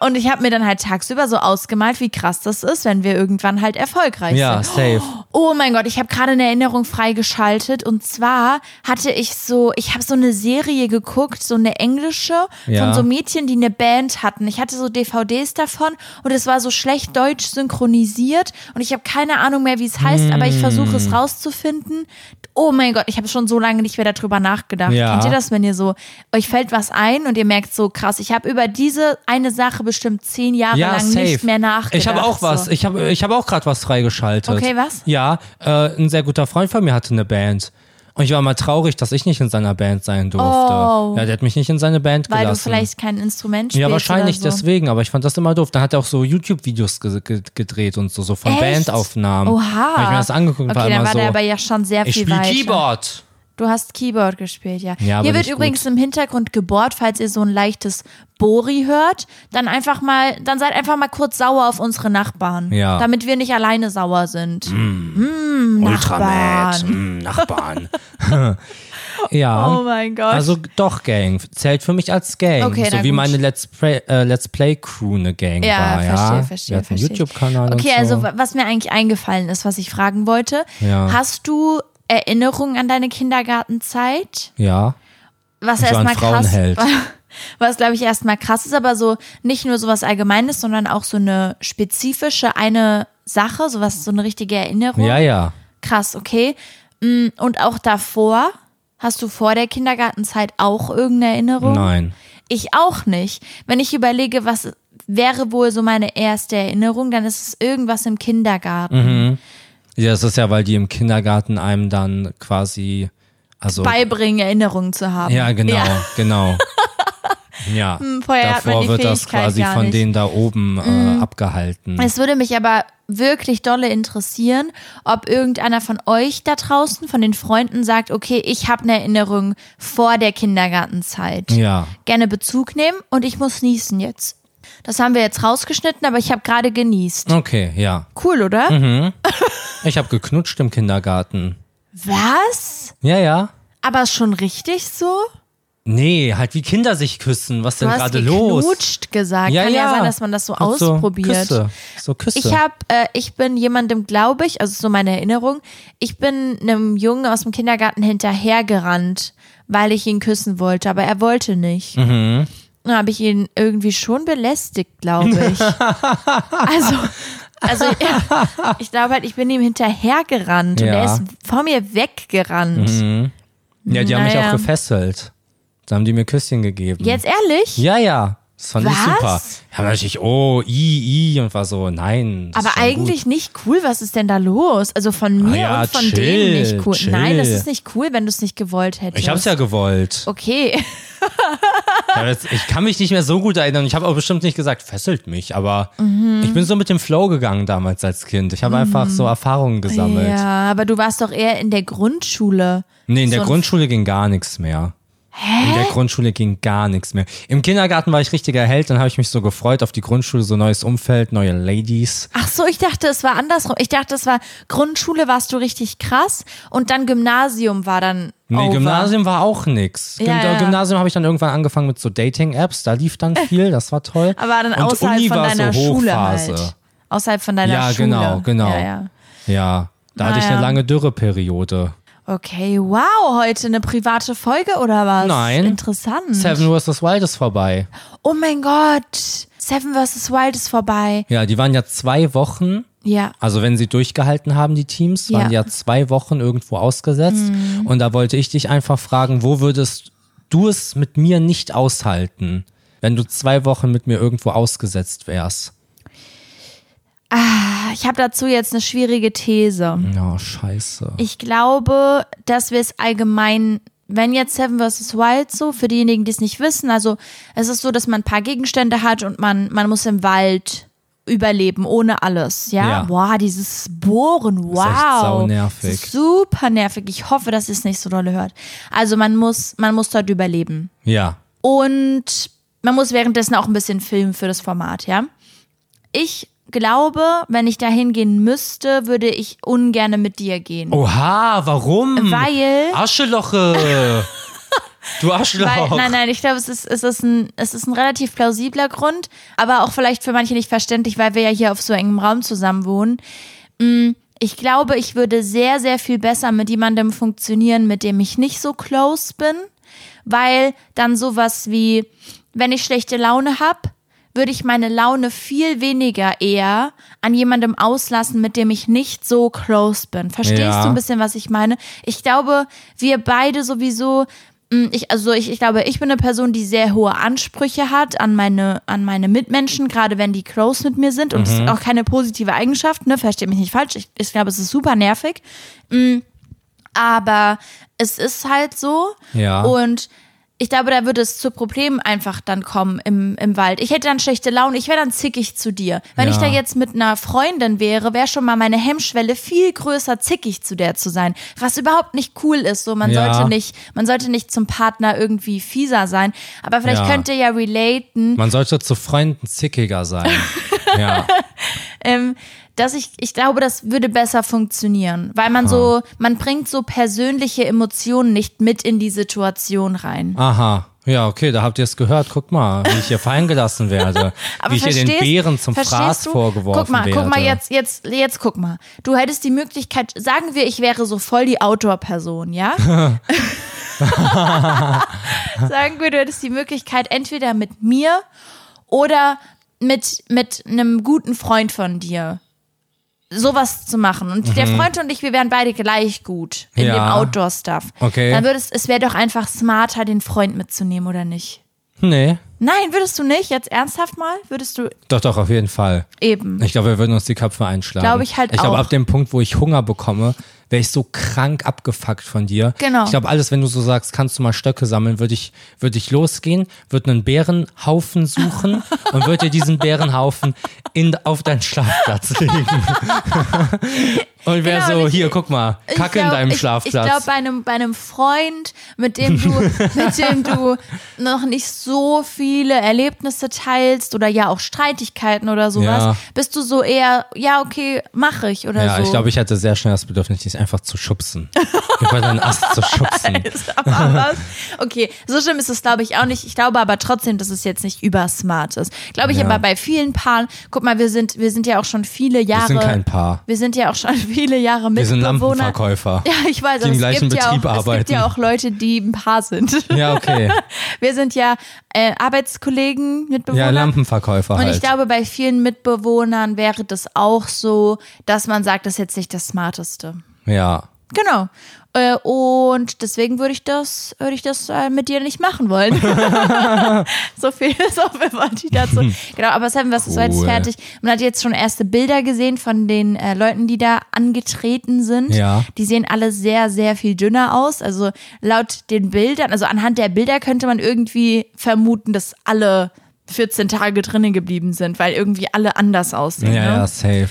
und ich habe mir dann halt tagsüber so ausgemalt, wie krass das ist, wenn wir irgendwann halt erfolgreich
Ja,
sind.
safe.
Oh mein Gott, ich habe gerade eine Erinnerung freigeschaltet und zwar hatte ich so, ich habe so eine Serie geguckt, so eine englische
Ja.
von so Mädchen, die eine Band hatten. Ich hatte so DVDs davon und es war so schlecht deutsch synchronisiert und ich habe keine Ahnung mehr, wie es heißt, aber ich versuche
Hm.
es rauszufinden. Oh mein Gott, ich habe schon so lange nicht mehr darüber nachgedacht.
Ja.
Kennt ihr das, wenn ihr so, euch fällt was ein und ihr merkt so krass, ich habe über diese eine Sache bestimmt zehn Jahre
Ja,
lang
safe.
nicht mehr nachgedacht.
Ich habe auch was.
So.
Ich habe ich hab auch gerade was freigeschaltet.
Okay, was?
Ja, äh, ein sehr guter Freund von mir hatte eine Band. Und ich war mal traurig, dass ich nicht in seiner Band sein durfte.
Oh.
Ja, der hat mich nicht in seine Band
Weil du
gelassen.
vielleicht kein Instrument spielst.
ja, wahrscheinlich
oder so.
deswegen, aber ich fand das immer doof. Dann hat er auch so YouTube-Videos ge ge gedreht und so, so von
Echt?
Bandaufnahmen.
Oha.
Hab ich mir das angeguckt und
okay,
war
dann
immer
war
so.
der aber ja schon sehr
ich
viel
spiele
weiter.
Keyboard.
Du hast Keyboard gespielt, ja.
Ja, aber
Hier wird
nicht gut.
übrigens im Hintergrund gebohrt, falls ihr so ein leichtes Bori hört, dann einfach mal, dann seid einfach mal kurz sauer auf unsere Nachbarn,
Ja. Mhm.
damit wir nicht alleine sauer sind. Hm,
Ultramed. Mm, Nachbarn. ja.
Oh mein Gott.
Also doch Gang. Zählt für mich als Gang.
Okay,
so
na
wie
gut.
meine Let's Play, äh, Let's Play Crew eine Gang
ja,
war.
verstehe,
ja,
verstehe,
Wir hatten einen
verstehe.
YouTube-Kanal
Okay,
und so.
also wa- was mir eigentlich eingefallen ist, was ich fragen wollte,
Ja.
hast du Erinnerungen an deine Kindergartenzeit?
ja.
was
Ich war ein
erstmal krass,
Frauenheld.
was glaube ich erstmal krass ist, aber so nicht nur sowas Allgemeines, sondern auch so eine spezifische eine Sache, sowas so eine richtige Erinnerung.
Ja, ja.
Krass, okay. Mm, Und auch davor hast du vor der Kindergartenzeit auch irgendeine Erinnerung?
Nein.
Ich auch nicht. Wenn ich überlege, was wäre wohl so meine erste Erinnerung, dann ist es irgendwas im
Mhm.
Kindergarten.
Ja, das ist ja, weil die im Kindergarten einem dann quasi. Also.
Beibringen, Erinnerungen zu haben.
ja, genau, genau. Ja.
Hm, vorher hat man
Davor
die
wird das
Fähigkeit
quasi
gar
von
nicht. Mhm.
denen da oben äh, abgehalten.
Es würde mich aber wirklich dolle interessieren, ob irgendeiner von euch da draußen, von den Freunden sagt, okay, ich habe eine Erinnerung vor der Kindergartenzeit.
Ja.
Gerne Bezug nehmen und ich muss niesen jetzt. Das haben wir jetzt rausgeschnitten, aber ich habe gerade genießt.
Okay, ja.
Cool, oder?
Mhm. Ich habe geknutscht im Kindergarten.
Was?
Ja, ja.
Aber schon richtig so?
Nee, halt wie Kinder sich küssen. Was
Du
denn
hast
gerade los?
geknutscht gesagt. Kann ja. sein, dass man das so
Hat So
ausprobiert.
Küsse. So Küsse.
Ich habe, äh, ich bin jemandem, glaube ich, also ist so meine Erinnerung, ich bin einem Jungen aus dem Kindergarten hinterhergerannt, weil ich ihn küssen wollte, aber er wollte nicht.
Mhm.
Dann habe ich ihn irgendwie schon belästigt, glaube ich. also, also ja, ich glaube halt, ich bin ihm hinterhergerannt und
Ja. Mhm.
er ist vor mir weggerannt.
ja, die haben mich
naja.
auch gefesselt. Da haben die mir Küsschen gegeben.
Jetzt ehrlich?
Ja, ja. Das fand ich
Was?
super. Ja, natürlich, oh, i, i und war so, nein. Das ist
Aber
schon Ah
eigentlich nicht cool. Was ist denn da los? Also von mir
ja,
und von
chill,
denen nicht cool. Nein, das
chill.
ist nicht cool, wenn du es nicht gewollt hättest.
Gut. Ich hab's ja gewollt.
Okay.
Aber jetzt- Ich kann mich nicht mehr so gut erinnern. Ich habe auch bestimmt nicht gesagt, fesselt mich, aber
Mhm.
ich bin so mit dem Flow gegangen damals als Kind. Ich habe einfach so Erfahrungen gesammelt.
Ja, aber du warst doch eher in der Grundschule.
Nee, in der
So ein-
Grundschule ging gar nichts mehr. Hä? In der Grundschule ging gar nichts mehr. Im Kindergarten war ich richtiger Held, dann habe ich mich so gefreut auf die Grundschule, so neues Umfeld, neue Ladies.
Ach so, ich dachte, es war andersrum. Ich dachte, es war Grundschule warst du richtig krass und dann Gymnasium war dann
Nee,
over.
Gymnasium war auch nix. Gym
Oh, Ja, ja.
Gymnasium habe ich dann irgendwann angefangen mit so Dating-Apps, da lief dann viel, das war toll.
Aber dann
Und
außerhalb
Uni
von
war
deiner
so
Schule
Hochphase.
halt. Außerhalb von deiner
Ja,
Schule.
genau, genau.
Ja, ja.
Ja, da hatte ich eine
Naja.
lange Dürreperiode.
Okay, wow, heute eine private Folge oder was?
Nein.
Interessant.
Seven vs. Wild ist vorbei.
Oh mein Gott. Seven vs. Wild ist vorbei.
Ja, die waren ja zwei Wochen
Ja.
Also wenn sie durchgehalten haben, die Teams, waren
Ja. Mhm.
ja zwei Wochen irgendwo ausgesetzt. Und da wollte ich dich einfach fragen, wo würdest du es mit mir nicht aushalten, wenn du zwei Wochen mit mir irgendwo ausgesetzt wärst?
Ich habe dazu jetzt eine schwierige These.
Ja, scheiße.
Ich glaube, dass wir es allgemein, wenn jetzt Seven vs. Wild so, für diejenigen, die es nicht wissen, also es ist so, dass man ein paar Gegenstände hat und man, man muss im Wald überleben, ohne alles, ja?
Ja.
Wow, dieses Bohren, wow.
echt saunervig.
Super nervig. Ich hoffe, dass ihr es nicht so dolle hört. Also man muss, man muss dort überleben.
ja,
Und man muss währenddessen auch ein bisschen filmen für das Format, ja. Ich glaube, wenn ich da hingehen müsste, würde ich ungerne mit dir gehen.
Oha, warum?
Weil-
Ascheloche. Du
Weil,
Arschloch.
nein, nein, ich glaube, es ist, es, ist ein, es ist ein relativ plausibler Grund, aber auch vielleicht für manche nicht verständlich, weil wir ja hier auf so engem Raum zusammen wohnen. Mm, Ich glaube, ich würde sehr, sehr viel besser mit jemandem funktionieren, mit dem ich nicht so close bin, weil dann sowas wie, wenn ich schlechte Laune habe, würde ich meine Laune viel weniger eher an jemandem auslassen, mit dem ich nicht so close bin. Verstehst
Ja.
du ein bisschen, was ich meine? Ich glaube, wir beide sowieso, mh, ich, also ich, ich glaube, ich bin eine Person, die sehr hohe Ansprüche hat an meine, an meine Mitmenschen, gerade wenn die close mit mir sind. Und das
Mhm.
ist auch keine positive Eigenschaft, ne? Versteht mich nicht falsch. Ich, ich glaube, es ist super nervig. Mm, Aber es ist halt so.
Ja.
Und ich glaube, da würde es zu Problemen einfach dann kommen im, im Wald. Ich hätte dann schlechte Laune, ich wäre dann zickig zu dir. Wenn ich
Ja.
da jetzt mit einer Freundin wäre, wäre schon mal meine Hemmschwelle viel größer, zickig zu der zu sein. Was überhaupt nicht cool ist. So, man
Ja.
sollte nicht, man sollte nicht zum Partner irgendwie fieser sein. Aber vielleicht
Ja.
könnt ihr ja relaten,
Man sollte zu Freunden zickiger sein. ja.
ähm, dass ich, ich glaube, das würde besser funktionieren, weil man so, man bringt so persönliche Emotionen nicht mit in die Situation rein.
Aha. Ja, okay, da habt ihr es gehört. Guck mal, wie ich hier fallen gelassen werde. wie ich hier den
verstehst-
Bären zum
verstehst
Fraß
du?
vorgeworfen
Guck mal,
werde.
guck mal, jetzt, jetzt, jetzt guck mal. Du hättest die Möglichkeit, sagen wir, ich wäre so voll die Outdoor-Person, ja? sagen wir, du hättest die Möglichkeit, entweder mit mir oder mit, mit einem guten Freund von dir sowas zu machen. Und der Freund und ich, wir wären beide gleich gut in dem
Mhm. Ja.
Outdoor-Stuff.
Okay.
Dann würdest, es wäre doch einfach smarter, den Freund mitzunehmen, oder nicht?
Nee.
Nein, würdest du nicht? Jetzt ernsthaft mal? Würdest du
Doch, doch, auf jeden Fall.
eben?
Ich glaube, wir würden uns die Köpfe einschlagen.
Glaube ich halt
Ich glaube,
auch.
ab dem Punkt, wo ich Hunger bekomme, wäre ich so krank abgefuckt von dir.
Genau.
Ich glaube, alles, wenn du so sagst, kannst du mal Stöcke sammeln, würde ich, würde ich losgehen, würde einen Bärenhaufen suchen und würde dir diesen Bärenhaufen in, auf deinen Schlafplatz legen. und wäre
Genau,
so,
und ich-
hier, guck mal,
Ich
Kacke in
glaub,
deinem
ich,
Schlafplatz.
Ich glaube, bei einem, bei einem Freund, mit dem, du, mit dem du noch nicht so viele Erlebnisse teilst oder ja auch Streitigkeiten oder sowas,
Ja.
bist du so eher, ja, okay, mache ich oder
ja,
so.
ich glaube, ich hatte sehr schnell das Bedürfnis, dich einfach zu schubsen. Über deinen Ast zu schubsen.
Ist aber was. Okay, so schlimm ist es, glaube ich, auch nicht. Ich glaube aber trotzdem, dass es jetzt nicht übersmart ist. Glaube ich
Ja.
aber bei vielen Paaren, guck mal, wir sind, wir sind ja auch schon viele Jahre.
sind kein Paar.
Wir sind ja auch schon viele Jahre
Wir sind
Mitbewohner.
Lampenverkäufer.
Ja, ich weiß,
Die im
aber es
gleichen
gibt, ja
Betrieb
auch, es gibt
arbeiten.
ja auch Leute, die ein Paar sind.
Ja, okay.
Wir sind ja äh, Arbeitskollegen, Mitbewohner.
Ja, Lampenverkäufer
und
halt.
ich glaube, bei vielen Mitbewohnern wäre das auch so, dass man sagt, das ist jetzt nicht das Smarteste.
ja.
Genau. Äh, und deswegen würde ich das, würde ich das äh, mit dir nicht machen wollen. so viel ist auch immer die dazu. Genau, aber Seven was ist war jetzt
Cool.
fertig. Man hat jetzt schon erste Bilder gesehen von den äh, Leuten, die da angetreten sind.
Ja.
Die sehen alle sehr, sehr viel dünner aus. Also laut den Bildern, also anhand der Bilder könnte man irgendwie vermuten, dass alle 14 Tage drinnen geblieben sind, weil irgendwie alle anders
Ja,
aussehen. ne?
ja, safe.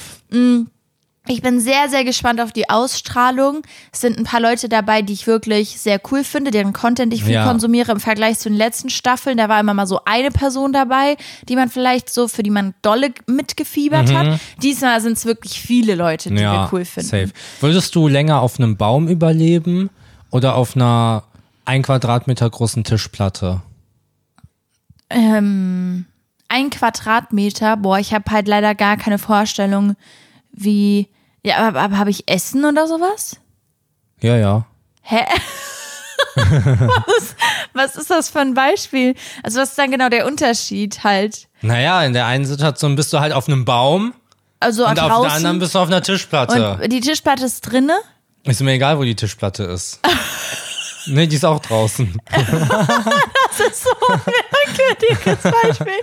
Ich bin sehr, sehr gespannt auf die Ausstrahlung. Es sind ein paar Leute dabei, die ich wirklich sehr cool finde, deren Content ich viel
Ja.
konsumiere im Vergleich zu den letzten Staffeln. Da war immer mal so eine Person dabei, die man vielleicht so, für die man dolle mitgefiebert hat. Diesmal sind es wirklich viele Leute, die
Mhm. ja,
wir cool finden.
Safe. Würdest du länger auf einem Baum überleben oder auf einer ein Quadratmeter großen Tischplatte?
Ein Quadratmeter, boah, ich habe halt leider gar keine Vorstellung, wie. Ja, aber, aber habe ich Essen oder sowas?
Ja, ja.
Hä? was, was ist das für ein Beispiel? Also, was ist dann genau der Unterschied halt?
Naja, in der einen Situation bist du halt auf einem Baum
Also
und auf der anderen
draußen.
bist du auf einer Tischplatte.
und die Tischplatte ist drinne.
ist mir egal, wo die Tischplatte ist. nee, die ist auch draußen.
Merkwürdiges Beispiel.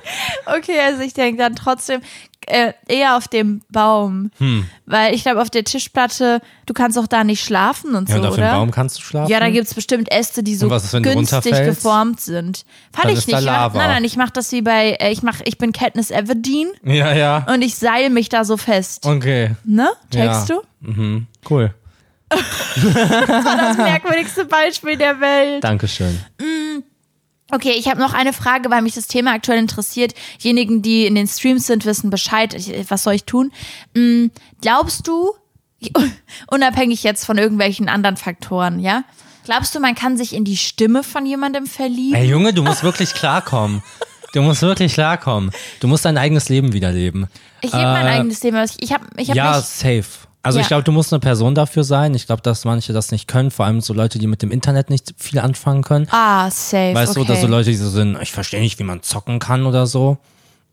Okay, also ich denke dann trotzdem äh, eher auf dem Baum.
Hm.
Weil ich glaube, auf der Tischplatte, du kannst auch da nicht schlafen und
Ja,
so,
und auf dem
oder?
Baum kannst du schlafen?
Ja, da gibt's bestimmt Äste, die so
Und was ist, wenn du
günstig
runterfällst?
geformt sind. Fand
Dann
ich
ist
nicht.
da
Ich mach-
Lava.
Nein, nein, ich mach das wie bei, äh, ich mach, ich bin Katniss Everdeen
ja, ja.
und ich seil mich da so fest.
Okay,
ne? Checkst
Ja.
du?
cool.
Das merkwürdigste Beispiel der Welt.
Dankeschön.
Okay, ich habe noch eine Frage, weil mich das Thema aktuell interessiert. Diejenigen, die in den Streams sind, wissen Bescheid. Ich, was soll ich tun? Mm, glaubst du, unabhängig jetzt von irgendwelchen anderen Faktoren, ja, Glaubst du, man kann sich in die Stimme von jemandem verlieben?
Ey Junge, du musst wirklich klarkommen. Du musst wirklich klarkommen. Du musst dein eigenes Leben wieder leben.
ich lebe mein eigenes Leben. Ich, ich habe ich hab
äh, ja,
mich
safe. Also
Ja.
ich glaube, du musst eine Person dafür sein. Ich glaube, dass manche das nicht können, vor allem so Leute, die mit dem Internet nicht viel anfangen können.
Ah, safe.
Weißt
okay.
du, oder so Leute, die so sind, ich verstehe nicht, wie man zocken kann oder so.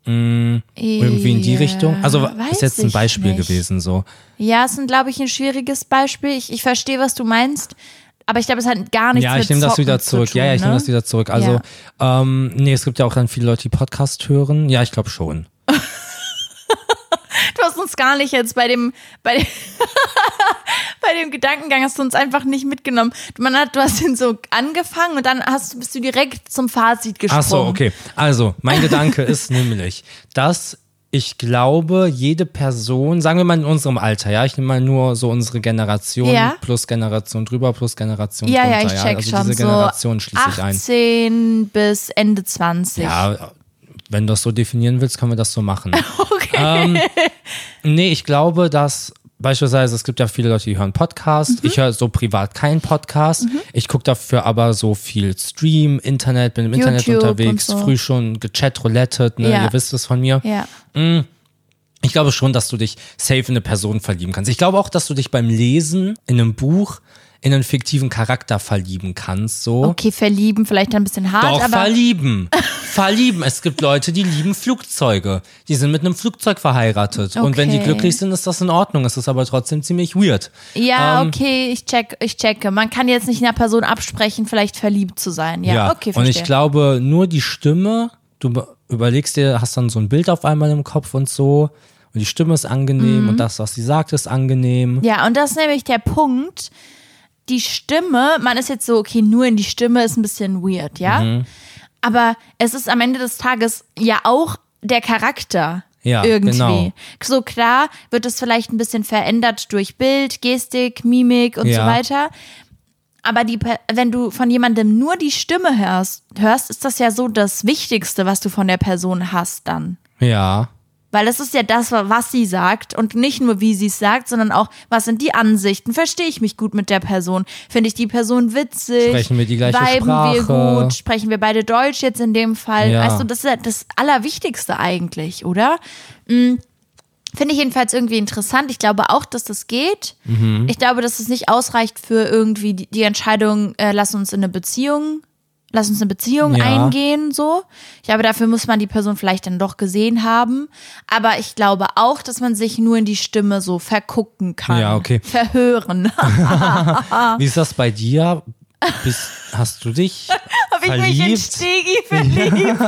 Irgendwie in die
Ja,
Richtung. Also
weiß
ist jetzt ein
ich
Beispiel
nicht.
gewesen so.
Ja, es ist, glaube ich, ein schwieriges Beispiel. Ich, ich verstehe, was du meinst, aber ich glaube, es hat gar nichts
Ja,
mit
ich nehme das
Zocken
wieder
zu
zurück.
Tun,
ja, ja, ich
ne?
nehme das wieder zurück. Also, ähm, nee, es gibt ja auch dann viele Leute, die Podcast hören. Ja, ich glaube schon.
Du hast uns gar nicht jetzt bei dem, bei dem, bei dem Gedankengang hast du uns einfach nicht mitgenommen. Man hat, du hast ihn so angefangen und dann hast, bist du direkt zum Fazit gesprungen.
Ach so, okay. Also, mein Gedanke ist nämlich, dass ich glaube, jede Person, sagen wir mal in unserem Alter, ja, ich nehme mal nur so unsere Generation
Ja.
plus Generation drüber plus Generation
Ja, ja,
drunter,
ich check
also
schon.
diese Generation
so
schließe ich ein.
18 bis Ende 20.
Ja, wenn du das so definieren willst, können wir das so machen. Ähm,
Okay.
Nee, ich glaube, dass beispielsweise, es gibt ja viele Leute, die hören Podcast.
Mhm.
Ich höre so privat keinen Podcast. Ich gucke dafür aber so viel Stream, Internet, bin im Internet
YouTube und
unterwegs,
so.
früh schon gechat, roulettet, ne?
Ja.
ihr wisst es von mir.
Ja.
Ich glaube schon, dass du dich safe in eine Person verlieben kannst. Ich glaube auch, dass du dich beim Lesen in einem Buch in einen fiktiven Charakter verlieben kannst, so.
Okay, verlieben, vielleicht ein bisschen hart,
Oh. Doch,
aber.
verlieben. verlieben. Es gibt Leute, die lieben Flugzeuge. Die sind mit einem Flugzeug verheiratet. Und wenn die
Okay.
glücklich sind, ist das in Ordnung. Es ist aber trotzdem ziemlich weird.
Ja,
Ähm,
okay, ich check, ich checke. Man kann jetzt nicht einer Person absprechen, vielleicht verliebt zu sein. Ja, okay, verstehe.
Und ich glaube, nur die Stimme, du be- überlegst dir, hast dann so ein Bild auf einmal im Kopf und so. Und die Stimme ist angenehm
Mhm.
und das, was sie sagt, ist angenehm.
ja, und das ist nämlich der Punkt. Die Stimme, man ist jetzt so, okay, nur in die Stimme ist ein bisschen weird, ja?
Mhm.
Aber es ist am Ende des Tages ja auch der Charakter.
Ja,
irgendwie.
genau.
So klar wird es vielleicht ein bisschen verändert durch Bild, Gestik, Mimik und so
Ja.
weiter. Aber die, Per- wenn du von jemandem nur die Stimme hörst, hörst, ist das ja so das Wichtigste, was du von der Person hast dann.
Ja.
Weil das ist ja das, was sie sagt und nicht nur, wie sie es sagt, sondern auch, was sind die Ansichten? Verstehe ich mich gut mit der Person? Finde ich die Person witzig?
Sprechen wir die gleiche
Viben
Sprache?
wir gut? Sprechen wir beide Deutsch jetzt in dem Fall?
Ja.
Also das ist ja das Allerwichtigste eigentlich, oder? Mm, Finde ich jedenfalls irgendwie interessant. Ich glaube auch, dass das geht.
Mhm.
Ich glaube, dass es nicht ausreicht für irgendwie die, die Entscheidung, äh, lass uns in eine Beziehung, lass uns eine Beziehung
Ja.
eingehen gehen, so. Ich glaube, dafür muss man die Person vielleicht dann doch gesehen haben. Aber ich glaube auch, dass man sich nur in die Stimme so vergucken kann.
Ja, okay.
Verhören.
Wie ist das bei dir? Bist, hast du dich
Ob ich mich in
verliebt?
Stegi verliebt?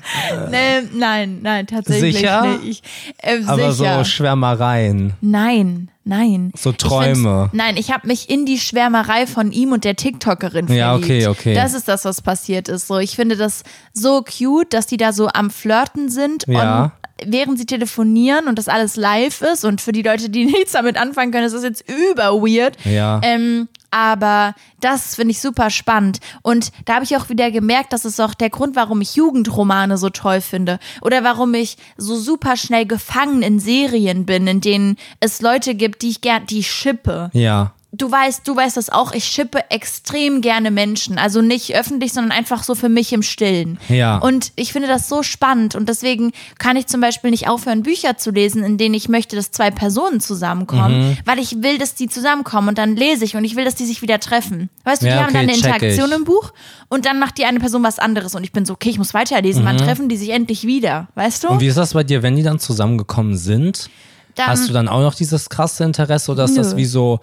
nee, nein, nein, tatsächlich
Sicher?
nicht. Ich, ähm,
Aber
sicher.
so Schwärmereien.
nein, nein.
So
Ich find's-
Träume.
Nein, ich habe mich in die Schwärmerei von ihm und der TikTokerin verliebt.
Ja, okay, okay.
Das ist das, was passiert ist. So, ich finde das so cute, dass die da so am Flirten sind
Ja.
und während sie telefonieren und das alles live ist und für die Leute, die nichts damit anfangen können, ist das jetzt über weird.
Ja.
Ähm, aber das finde ich super spannend. Und da habe ich auch wieder gemerkt, das ist auch der Grund, warum ich Jugendromane so toll finde. Oder warum ich so super schnell gefangen in Serien bin, in denen es Leute gibt, die ich gern, die ich schippe
Ja.
du weißt, du weißt das auch, ich schippe extrem gerne Menschen. Also nicht öffentlich, sondern einfach so für mich im Stillen.
Ja.
Und ich finde das so spannend. Und deswegen kann ich zum Beispiel nicht aufhören, Bücher zu lesen, in denen ich möchte, dass zwei Personen zusammenkommen,
Mhm.
weil ich will, dass die zusammenkommen und dann lese ich und ich will, dass die sich wieder treffen. Weißt du,
Ja,
die haben
okay,
dann eine
check
Interaktion
ich.
im Buch und dann macht die eine Person was anderes und ich bin so, okay, ich muss weiterlesen, wann treffen die sich endlich wieder? Weißt du?
Mhm. Und wie ist das bei dir, wenn die dann zusammengekommen sind?
Dann-
hast du dann auch noch dieses krasse Interesse oder ist das
Ähm. Nö.
wie so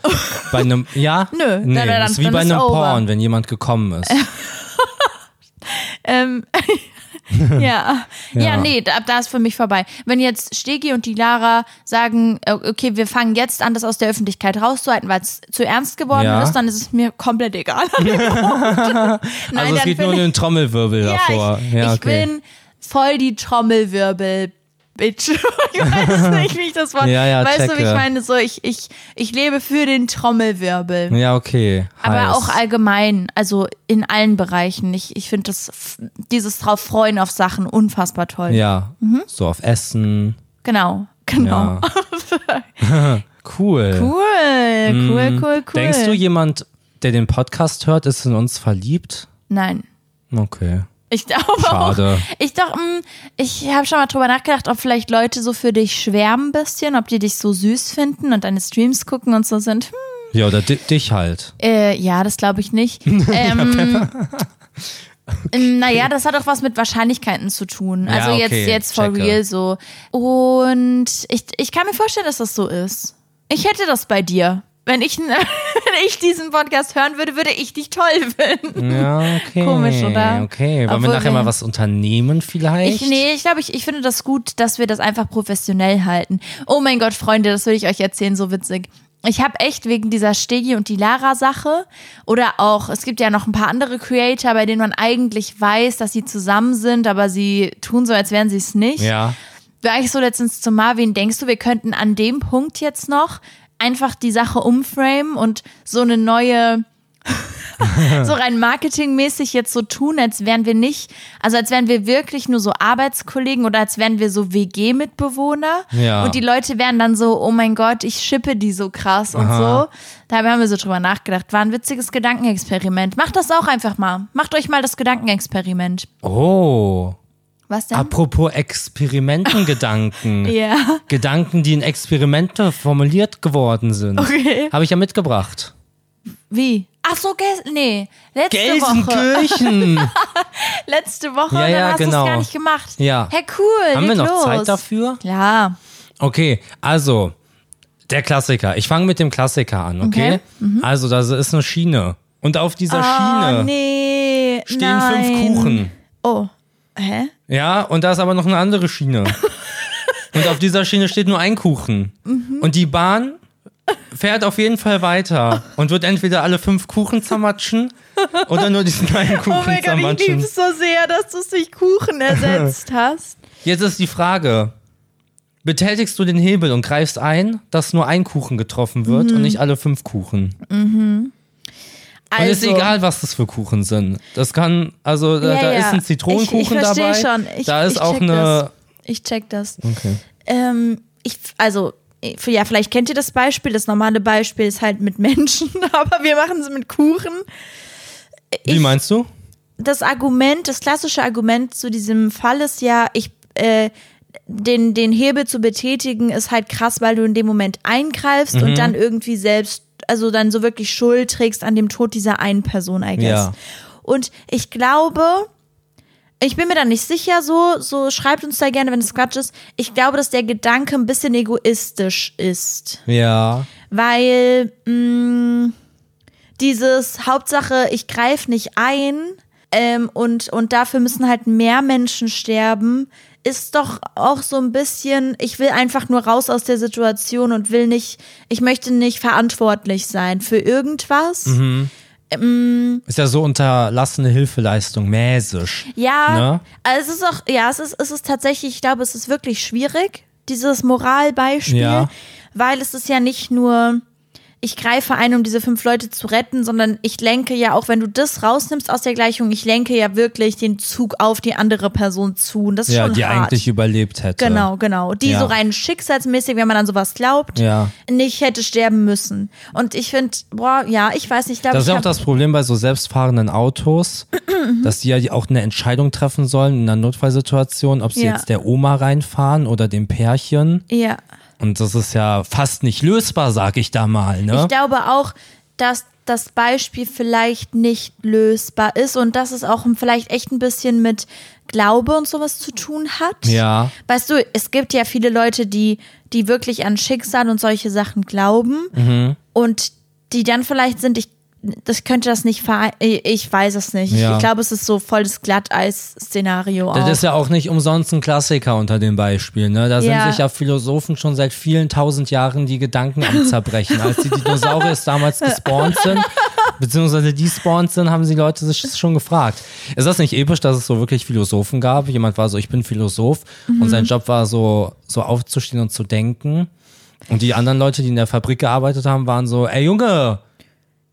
bei einem, ja?
Nö,
nee,
dann- dann-
ist wie
dann
bei
ist
einem
over.
Porn, wenn jemand gekommen ist.
Ähm, ja. ja.
Ja.
nee, da, da ist für mich vorbei. Wenn jetzt Stegi und die Lara sagen, äh, okay, wir fangen jetzt an, das aus der Öffentlichkeit rauszuhalten, weil es zu ernst geworden
Ja.
ist, dann ist es mir komplett egal. an dem Punkt. Nein,
also es geht nur um
finde
den Trommelwirbel
ich,
davor.
ja, ich,
ja,
ich
okay.
bin voll die Trommelwirbel. Bitch, ich weiß nicht, wie ich das Wort.
Ja, ja,
weißt du, wie ich
checke.
meine? So, ich, ich, ich lebe für den Trommelwirbel.
ja, okay.
Aber
heiß.
auch allgemein, also in allen Bereichen. Ich, ich finde das, f- dieses drauf freuen auf Sachen unfassbar toll.
Ja,
Mhm.
so auf Essen.
Genau, genau.
Ja. cool.
Cool, cool, cool, cool.
Hm. Denkst du, jemand, der den Podcast hört, ist in uns verliebt?
Nein.
Okay.
Ich glaube
Schade.
auch. Ich dachte, hm, ich habe schon mal drüber nachgedacht, ob vielleicht Leute so für dich schwärmen ein bisschen, ob die dich so süß finden und deine Streams gucken und so sind. Hm,
Ja, oder di dich halt.
äh, ja, das glaube ich nicht. ähm, ähm, Naja, das hat auch was mit Wahrscheinlichkeiten zu tun.
Ja,
Also
okay,
jetzt, jetzt for
checke.
real so. Und ich, ich kann mir vorstellen, dass das so ist. Ich hätte das bei dir. Wenn ich, wenn ich diesen Podcast hören würde, würde ich dich toll finden.
Ja, okay.
Komisch, oder?
Okay, wollen wir
Obwohl
nachher
wir-
mal was unternehmen vielleicht?
Ich, nee, ich glaube, ich, ich finde das gut, dass wir das einfach professionell halten. Oh mein Gott, Freunde, das will ich euch erzählen, so witzig. Ich habe echt wegen dieser Stegi und die Lara-Sache oder auch, es gibt ja noch ein paar andere Creator, bei denen man eigentlich weiß, dass sie zusammen sind, aber sie tun so, als wären sie es nicht.
Ja.
War ich so letztens zu Marvin, denkst du, wir könnten an dem Punkt jetzt noch einfach die Sache umframen und so eine neue, so rein marketingmäßig jetzt so tun, als wären wir nicht, also als wären wir wirklich nur so Arbeitskollegen oder als wären wir so WG-Mitbewohner.
Ja.
Und die Leute wären dann so, oh mein Gott, ich schippe die so krass und
Aha.
so. Da haben wir so drüber nachgedacht. War ein witziges Gedankenexperiment. Macht das auch einfach mal. Macht euch mal das Gedankenexperiment.
Oh.
Was denn?
Apropos Experimentengedanken.
ja.
Gedanken, die in Experimente formuliert geworden sind.
Okay.
Habe ich ja mitgebracht.
Wie? Ach so, Gels nee, letzte Woche.
Gelsenkirchen.
Letzte Woche,
Ja,
und dann
ja,
hast
genau.
du es gar nicht gemacht.
Ja.
Hey, cool.
Haben wir
leg
noch
los.
Zeit dafür?
Klar.
Okay, also der Klassiker. Ich fange mit dem Klassiker an, okay?
Okay.
Also, da ist eine Schiene. Und auf dieser
Oh,
Schiene
nee.
stehen
nein.
fünf Kuchen.
Oh. Hä?
Ja, und da ist aber noch eine andere Schiene. und auf dieser Schiene steht nur ein Kuchen.
Mhm.
Und die Bahn fährt auf jeden Fall weiter und wird entweder alle fünf Kuchen zermatschen oder nur diesen einen Kuchen
Oh mein Gott, ich
zermatschen.
lieb's so sehr, dass du es durch Kuchen ersetzt hast.
Jetzt ist die Frage. Betätigst du den Hebel und greifst ein, dass nur ein Kuchen getroffen wird
Mhm.
und nicht alle fünf Kuchen?
Also,
und ist egal, was das für Kuchen sind. Das kann, also da,
ja,
da
ja.
ist ein Zitronenkuchen
ich, ich verstehe
dabei.
Schon. Ich,
da ist
ich
auch
check
eine.
Das. Ich check das.
Okay.
Ähm, ich, also, eh, ja, vielleicht kennt ihr das Beispiel. Das normale Beispiel ist halt mit Menschen, aber wir machen es mit Kuchen.
Wie meinst du?
das Argument, das klassische Argument zu diesem Fall ist ja, ich äh, den, den Hebel zu betätigen ist halt krass, weil du in dem Moment eingreifst und dann irgendwie selbst, also dann so wirklich Schuld trägst an dem Tod dieser einen Person, I guess.
Ja.
Und ich glaube, ich bin mir da nicht sicher, so, so schreibt uns da gerne, wenn es Quatsch ist. Ich glaube, dass der Gedanke ein bisschen egoistisch ist
Ja.
weil mh, dieses Hauptsache, ich greife nicht ein ähm, und, und dafür müssen halt mehr Menschen sterben, ist doch auch so ein bisschen, ich will einfach nur raus aus der Situation und will nicht, ich möchte nicht verantwortlich sein für irgendwas.
Ist ja so unterlassene Hilfeleistung, mäßig.
Ja,
Ne?
also es ist auch, ja, es ist, es ist tatsächlich, ich glaube, es ist wirklich schwierig, dieses Moralbeispiel,
Ja.
weil es ist ja nicht nur, ich greife ein, um diese fünf Leute zu retten, sondern ich lenke ja auch, wenn du das rausnimmst aus der Gleichung, ich lenke ja wirklich den Zug auf die andere Person zu. Und das ist
Ja,
schon
die
hart.
eigentlich überlebt hätte.
Genau, genau. Die
Ja.
so rein schicksalsmäßig, wenn man an sowas glaubt,
Ja.
nicht hätte sterben müssen. Und ich finde, boah, ja, ich weiß nicht, ich glaube,
Das ist
ich
ja auch
hab- Mhm.
das Problem bei so selbstfahrenden Autos, dass die ja auch eine Entscheidung treffen sollen in einer Notfallsituation, ob sie
Ja.
jetzt der Oma reinfahren oder dem Pärchen.
ja.
Und das ist ja fast nicht lösbar, sag ich da mal, ne?
Ich glaube auch, dass das Beispiel vielleicht nicht lösbar ist und dass es auch vielleicht echt ein bisschen mit Glaube und sowas zu tun hat.
Ja.
Weißt du, es gibt ja viele Leute, die, die wirklich an Schicksal und solche Sachen glauben
Mhm.
und die dann vielleicht sind, ich das könnte das nicht verein- ich ich weiß es nicht.
Ja.
Ich glaube, es ist so voll das Glatteis-Szenario auch.
Das ist ja auch nicht umsonst ein Klassiker unter den Beispielen. Ne? Da
Ja.
sind sich ja Philosophen schon seit vielen tausend Jahren die Gedanken am Zerbrechen. Als die Dinosaurier damals gespawnt sind, beziehungsweise despawned sind, haben die Leute sich das schon gefragt. Ist das nicht episch, dass es so wirklich Philosophen gab? Jemand war so, ich bin Philosoph
Mhm.
und sein Job war so, so aufzustehen und zu denken. Und die anderen Leute, die in der Fabrik gearbeitet haben, waren so, ey Junge,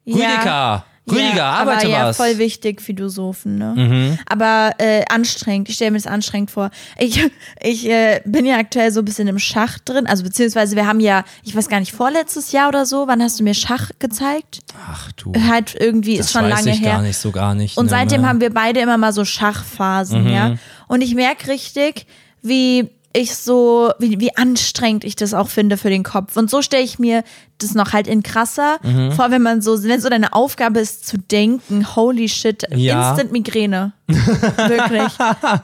Ja.
Rüdiger, Rüdiger,
ja,
arbeite
aber
was. Mhm.
Ja, voll wichtig, Philosophen, ne? Aber äh, anstrengend, ich stelle mir das anstrengend vor. Ich, ich äh, bin ja aktuell so ein bisschen im Schach drin, also beziehungsweise wir haben ja, ich weiß gar nicht, vorletztes Jahr oder so, wann hast du mir Schach gezeigt?
Ach du,
Halt irgendwie,
das
ist schon
weiß
lange
ich
her.
gar nicht, so gar nicht.
Und
ne,
seitdem
ne? Mhm.
haben wir beide immer mal so Schachphasen, ja. Und ich merke richtig, wie ich so, wie, wie anstrengend ich das auch finde für den Kopf. Und so stelle ich mir das noch halt in krasser
Mhm.
vor, wenn man so, wenn so deine Aufgabe ist zu denken, holy shit,
Ja.
instant Migräne. Wirklich.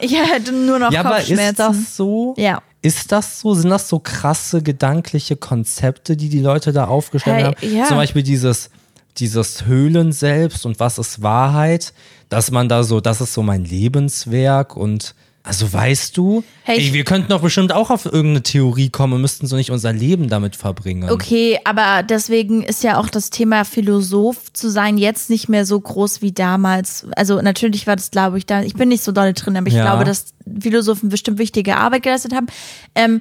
Ich hätte nur noch
Ja, aber
Kopfschmerzen.
ist das so?
Ja.
Ist das so? Sind das so krasse gedankliche Konzepte, die die Leute da aufgestellt
Hey,
haben?
ja.
Zum Beispiel dieses, dieses Höhlen selbst und was ist Wahrheit? Dass man da so, das ist so mein Lebenswerk und also weißt du,
Hey,
ey,
ich-
wir könnten doch bestimmt auch auf irgendeine Theorie kommen und müssten so nicht unser Leben damit verbringen.
Okay, aber deswegen ist ja auch das Thema Philosoph zu sein jetzt nicht mehr so groß wie damals. Also natürlich war das, glaube ich, da. Ich bin nicht so doll drin, aber ich
Ja.
glaube, dass Philosophen bestimmt wichtige Arbeit geleistet haben. Ähm,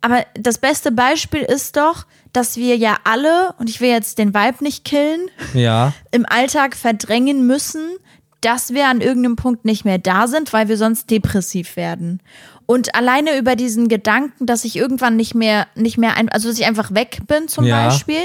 aber das beste Beispiel ist doch, dass wir ja alle, und ich will jetzt den Vibe nicht killen,
Ja.
im Alltag verdrängen müssen, dass wir an irgendeinem Punkt nicht mehr da sind, weil wir sonst depressiv werden. Und alleine über diesen Gedanken, dass ich irgendwann nicht mehr, nicht mehr, ein, also dass ich einfach weg bin zum
Ja.
Beispiel,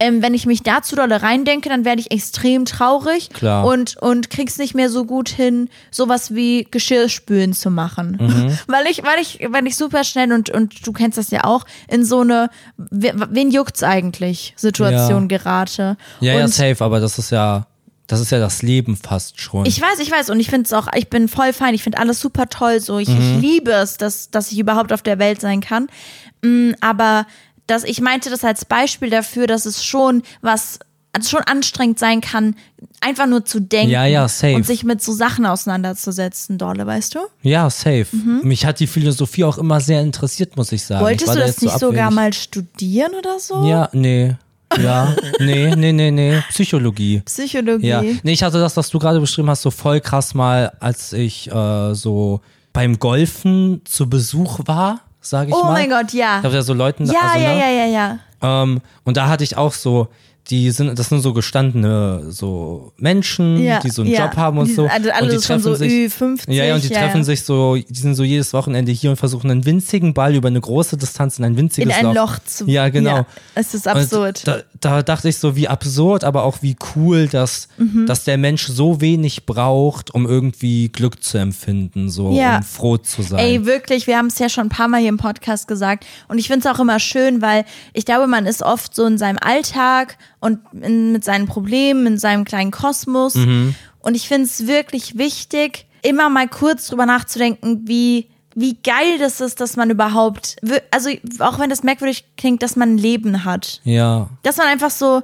ähm, wenn ich mich da zu dolle reindenke, dann werde ich extrem traurig
Klar.
und und krieg's nicht mehr so gut hin, sowas wie Geschirrspülen zu machen,
Mhm.
weil ich, weil ich, weil ich super schnell und und du kennst das ja auch in so eine, we- wen juckt's eigentlich Situation gerate.
Ja,
und
ja, safe, aber das ist ja, das ist ja das Leben fast schon.
Ich weiß, ich weiß und ich finde es auch, ich bin voll fein, ich finde alles super toll so. Ich,
Mhm.
ich liebe es, dass, dass ich überhaupt auf der Welt sein kann. Mm, aber das, ich meinte das als Beispiel dafür, dass es schon was, also schon anstrengend sein kann, einfach nur zu denken
Ja, ja, safe.
und sich mit so Sachen auseinanderzusetzen, Dolle, weißt du?
ja, safe. Mich hat die Philosophie auch immer sehr interessiert, muss ich sagen. ich
Mhm. Wolltest
war
du
da
das
jetzt so
nicht sogar
abwegig.
mal studieren oder so?
Ja, nee. Ja, nee, nee, nee, nee. Psychologie.
Psychologie.
Ja. Nee, ich hatte das, was du gerade beschrieben hast, so voll krass mal, als ich äh, so beim Golfen zu Besuch war, sage ich
oh
mal.
mein Gott, ja.
Ich habe ja so Leuten,
ja,
also,
ja,
ne?
ja, ja, ja.
Ähm, und da hatte ich auch so, die sind, das sind so gestandene so Menschen,
Ja,
die so einen
ja.
Job haben und
Die-
so.
also alle
und die
schon
treffen
so
sich.
Ü50,
ja, ja, und die
ja,
treffen
ja.
sich so, die sind so jedes Wochenende hier und versuchen einen winzigen Ball über eine große Distanz in ein
In
winziges
ein Loch zu.
Ja, genau.
es ist
Und
absurd.
Da, da dachte ich so, wie absurd, aber auch wie cool, dass,
Mhm.
dass der Mensch so wenig braucht, um irgendwie Glück zu empfinden, so
Ja.
um froh zu sein.
Ey, wirklich, wir haben es ja schon ein paar Mal hier im Podcast gesagt. Und ich finde es auch immer schön, weil ich glaube, man ist oft so in seinem Alltag und in, mit seinen Problemen, in seinem kleinen Kosmos. Und ich finde es wirklich wichtig, immer mal kurz drüber nachzudenken, wie, wie geil das ist, dass man überhaupt, wir- also auch wenn das merkwürdig klingt, dass man ein Leben hat.
ja.
Dass man einfach so,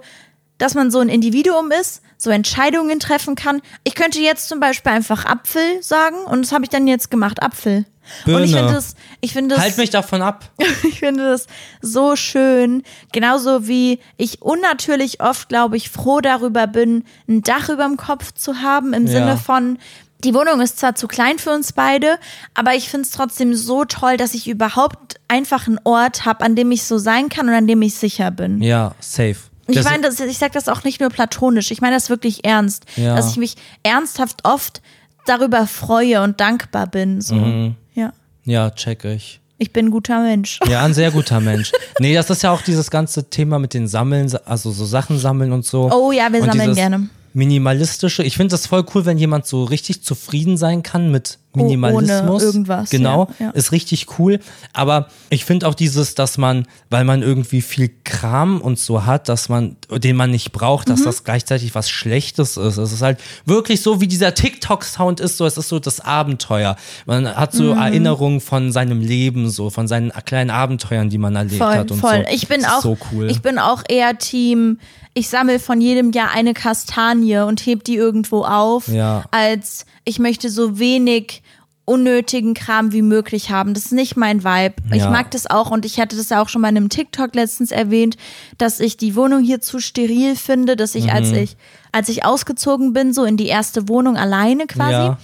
dass man so ein Individuum ist, so Entscheidungen treffen kann. Ich könnte jetzt zum Beispiel einfach Apfel sagen und das habe ich dann jetzt gemacht, Apfel. Und ich
Birne.
finde das, ich finde das,
Halt mich davon ab.
ich finde das so schön. Genauso wie ich unnatürlich oft, glaube ich, froh darüber bin, ein Dach über dem Kopf zu haben, im
Ja.
Sinne von, die Wohnung ist zwar zu klein für uns beide, aber ich finde es trotzdem so toll, dass ich überhaupt einfach einen Ort habe, an dem ich so sein kann und an dem ich sicher bin.
Ja, safe.
Ich
Das-
meine, das, ich sage das auch nicht nur platonisch, ich meine das wirklich ernst,
Ja.
dass ich mich ernsthaft oft darüber freue und dankbar bin. So.
Mhm.
Ja,
ja, check ich.
ich bin ein guter Mensch.
Ja, ein sehr guter Mensch. Nee, das ist ja auch dieses ganze Thema mit den Sammeln, also so Sachen sammeln und so.
Oh ja, wir
und
sammeln
dieses
gerne.
Minimalistische. Ich finde das voll cool, wenn jemand so richtig zufrieden sein kann mit
Oh, ohne
Minimalismus.
irgendwas,
Genau,
ja, ja.
ist richtig cool. Aber ich finde auch dieses, dass man, weil man irgendwie viel Kram und so hat, dass man, den man nicht braucht,
Mhm.
dass das gleichzeitig was Schlechtes ist. Es ist halt wirklich so, wie dieser TikTok-Sound ist, so, es ist so das Abenteuer. Man hat
Mhm.
so Erinnerungen von seinem Leben, so, von seinen kleinen Abenteuern, die man erlebt
Voll,
hat und
voll.
so.
Ich bin
das
auch,
Ist so cool.
ich bin auch eher Team. Ich sammle von jedem Jahr eine Kastanie und heb die irgendwo auf,
Ja.
als ich möchte so wenig unnötigen Kram wie möglich haben. Das ist nicht mein Vibe. Ich
Ja.
mag das auch und ich hatte das ja auch schon mal in einem TikTok letztens erwähnt, dass ich die Wohnung hier zu steril
Mhm.
finde, dass ich als ich als ich ausgezogen bin, so in die erste Wohnung alleine quasi,
Ja.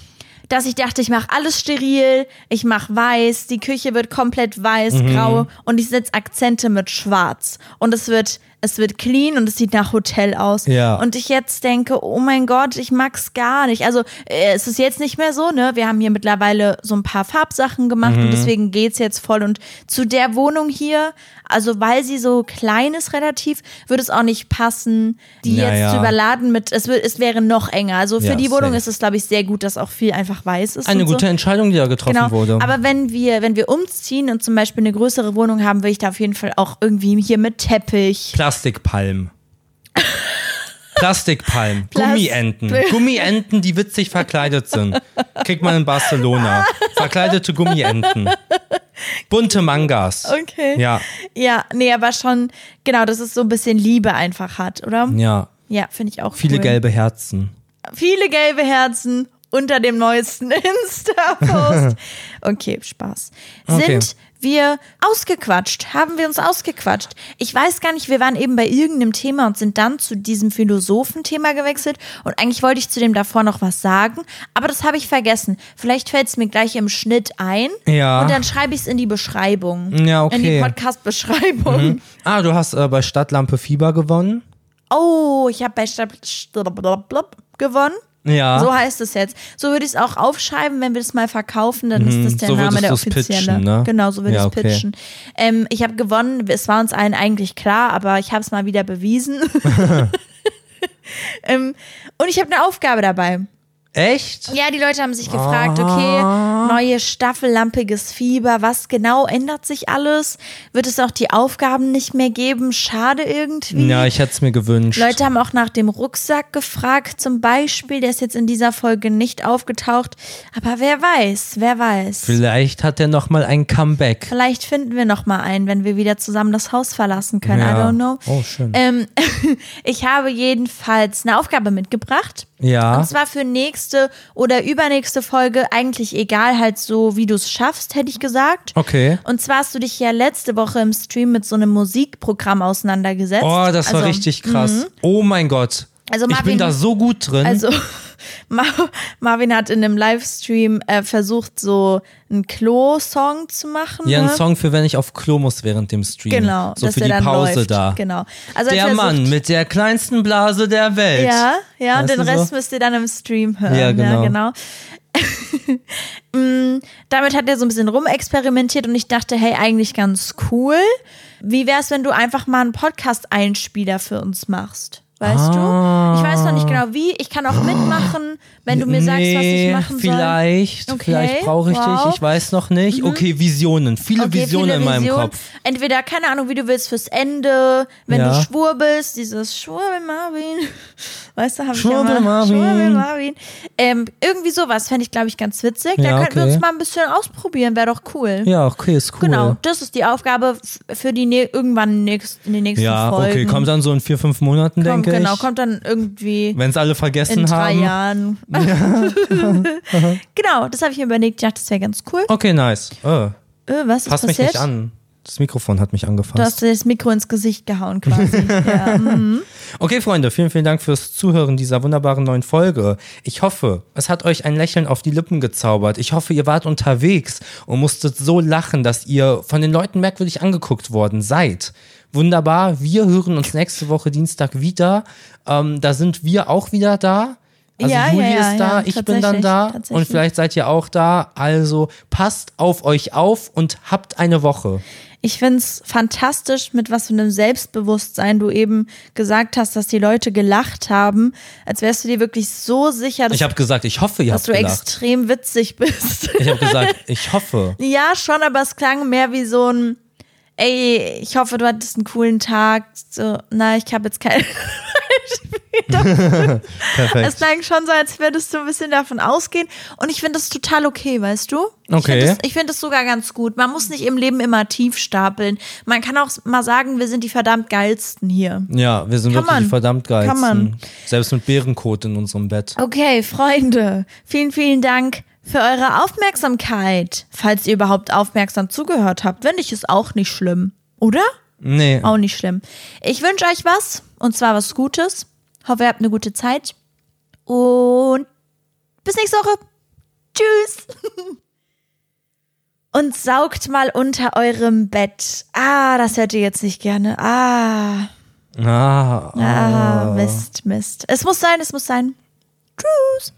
dass ich dachte, ich mache alles steril, ich mache weiß, die Küche wird komplett weiß,
Mhm.
grau und ich setze Akzente mit schwarz. Und es wird, es wird clean und es sieht nach Hotel aus.
Ja.
Und ich jetzt denke, oh mein Gott, ich mag's gar nicht. Also äh, es ist jetzt nicht mehr so, ne? Wir haben hier mittlerweile so ein paar Farbsachen gemacht
Mhm.
und deswegen geht's jetzt voll. Und zu der Wohnung hier, also weil sie so klein ist relativ, würde es auch nicht passen, die
Ja,
jetzt
ja.
zu überladen mit, es, wird, es wäre noch enger. Also für
Ja,
die Wohnung
safe.
ist es, glaube ich, sehr gut, dass auch viel einfach weiß ist.
Eine
und so.
gute Entscheidung, die da getroffen
Genau.
wurde.
Aber wenn wir, wenn wir umziehen und zum Beispiel eine größere Wohnung haben, will ich da auf jeden Fall auch irgendwie hier mit Teppich.
Plastikpalm. Plastikpalm.
Plas-
Gummienten. Gummienten, die witzig verkleidet sind. Kriegt man in Barcelona. Verkleidete Gummienten. Bunte Mangas.
Okay.
Ja,
Ja, nee, aber schon, genau, dass es so ein bisschen Liebe einfach hat, oder?
ja.
Ja, finde ich auch
Viele
cool.
gelbe Herzen.
Viele gelbe Herzen unter dem neuesten Insta-Post. Okay, Spaß. Sind
Okay.
wir ausgequatscht? Haben wir uns ausgequatscht? Ich weiß gar nicht, wir waren eben bei irgendeinem Thema und sind dann zu diesem Philosophen-Thema gewechselt. Und eigentlich wollte ich zu dem davor noch was sagen, aber das habe ich vergessen. Vielleicht fällt es mir gleich im Schnitt ein.
Ja.
Und dann schreibe ich es in die Beschreibung.
Ja,
In die
okay.
Podcast-Beschreibung.
Ah, du hast äh, bei Stadtlampe Fieber gewonnen.
Oh, ich habe bei Stab Blablabla gewonnen.
Ja.
So heißt es jetzt. So würde ich es auch aufschreiben, wenn wir das mal verkaufen, dann ist das der
Mhm. so würdest
Name der
du's pitchen,
offizielle.
ne?
Genau, so würde
Ja,
ich
okay.
es pitchen. Ähm, ich habe gewonnen, es war uns allen eigentlich klar, aber ich habe es mal wieder bewiesen. ähm, und ich habe eine Aufgabe dabei.
Echt?
Ja, die Leute haben sich gefragt,
Ah.
okay, neue Staffel, lampiges Fieber, was genau ändert sich alles? Wird es auch die Aufgaben nicht mehr geben? Schade irgendwie.
Ja, ich hätte es mir gewünscht.
Leute haben auch nach dem Rucksack gefragt, zum Beispiel. Der ist jetzt in dieser Folge nicht aufgetaucht. Aber wer weiß, wer weiß.
Vielleicht hat er nochmal ein Comeback.
Vielleicht finden wir noch mal einen, wenn wir wieder zusammen das Haus verlassen können. I
Ja.
don't know.
Oh, schön.
Ähm, ich habe jedenfalls eine Aufgabe mitgebracht.
Ja.
Und zwar für nächste oder übernächste Folge, eigentlich egal, halt so, wie du es schaffst, hätte ich gesagt.
Okay.
Und zwar hast du dich ja letzte Woche im Stream mit so einem Musikprogramm auseinandergesetzt.
Oh, das war
Also-
richtig krass. Oh mein Gott.
Also
ich bin
Marvin-
da so gut drin.
Also Ma Marvin hat in einem Livestream äh, versucht, so einen Klo-Song zu machen.
Ja, ein
ne?
Song für wenn ich auf Klo muss während dem Stream.
Genau,
So
dass
für
der
die
dann
Pause
läuft.
da.
Genau. Also
Der
hat er
Mann
versucht-
mit der kleinsten Blase der Welt.
Ja, ja, und
Weißt
den
du so?
Rest müsst ihr dann im Stream hören.
Ja, genau.
Mm, Damit hat er so ein bisschen rumexperimentiert und ich dachte, hey, eigentlich ganz cool. Wie wär's, wenn du einfach mal einen Podcast-Einspieler für uns machst? Weißt
Ah.
du? Ich weiß noch nicht genau wie. Ich kann auch mitmachen, wenn du mir sagst, was ich
Nee,
machen soll.
vielleicht,
Okay,
vielleicht brauche ich dich,
wow.
ich weiß noch nicht. Okay, Visionen, viele
Okay,
Visionen
viele
in meinem
Visionen.
Kopf.
Entweder, keine Ahnung, wie du willst, fürs Ende, wenn
Ja.
du Schwur bist, dieses Schwurbel Marvin. Weißt du, hab ich
Schwurbel
ja mal.
Marvin.
Schwurbel Marvin. Ähm, irgendwie sowas fände ich, glaube ich, ganz witzig.
Ja,
da könnten wir
okay.
uns mal ein bisschen ausprobieren, wäre doch cool.
Ja, okay, ist cool.
Genau, das ist die Aufgabe f- für die nä- irgendwann nächst, in den nächsten
Ja,
Folgen.
okay, kommt dann so in vier, fünf Monaten,
Kommt,
denke
Genau,
ich.
kommt dann irgendwie
Wenn es alle vergessen
in drei
haben.
Jahren. genau, das habe ich mir überlegt. Ich dachte, das wäre ganz cool.
Okay, nice. Äh,
Äh, was ist
pass mich
passiert?
nicht an. Das Mikrofon hat mich
Du
angefasst.
hast dir das Mikro ins Gesicht gehauen quasi.
Okay, Freunde, vielen, vielen Dank fürs Zuhören dieser wunderbaren neuen Folge. Ich hoffe, es hat euch ein Lächeln auf die Lippen gezaubert. Ich hoffe, ihr wart unterwegs und musstet so lachen, dass ihr von den Leuten merkwürdig angeguckt worden seid. Wunderbar, wir hören uns nächste Woche Dienstag wieder. Ähm, da sind wir auch wieder da. Also
Ja,
Juli
ja, ja,
ist da,
ja,
ich bin dann
tatsächlich,
da und
tatsächlich.
vielleicht seid ihr auch da. Also passt auf euch auf und habt eine Woche.
Ich find's fantastisch, mit was für einem Selbstbewusstsein du eben gesagt hast, dass die Leute gelacht haben, als wärst du dir wirklich so sicher, dass,
Ich habe gesagt, ich hoffe, ihr
dass
habt
du
gelacht.
extrem witzig bist.
Ich habe gesagt, ich hoffe.
ja, schon, aber es klang mehr wie so ein Ey, ich hoffe, du hattest einen coolen Tag. So, na, ich habe jetzt keinen.
Perfekt.
Es klang schon so, als würdest du ein bisschen davon ausgehen. Und ich finde das total okay, weißt du? Ich
Okay.
finde das, ich find das sogar ganz gut. Man muss nicht im Leben immer tief stapeln. Man kann auch mal sagen, wir sind die verdammt geilsten hier.
Ja, wir sind
Kann
wirklich
man.
verdammt geil.
Kann man.
Selbst mit Bärenkot in unserem Bett.
Okay, Freunde, vielen, vielen Dank für eure Aufmerksamkeit. Falls ihr überhaupt aufmerksam zugehört habt, wenn nicht, ist auch nicht schlimm. Oder?
Nee.
Auch nicht schlimm. Ich wünsche euch was, und zwar was Gutes. Hoffe, ihr habt eine gute Zeit. Und bis nächste Woche. Tschüss. Und saugt mal unter eurem Bett. Ah, das hört ihr jetzt nicht gerne. Ah,
Ah,
ah, Mist, Mist. Es muss sein, es muss sein. Tschüss.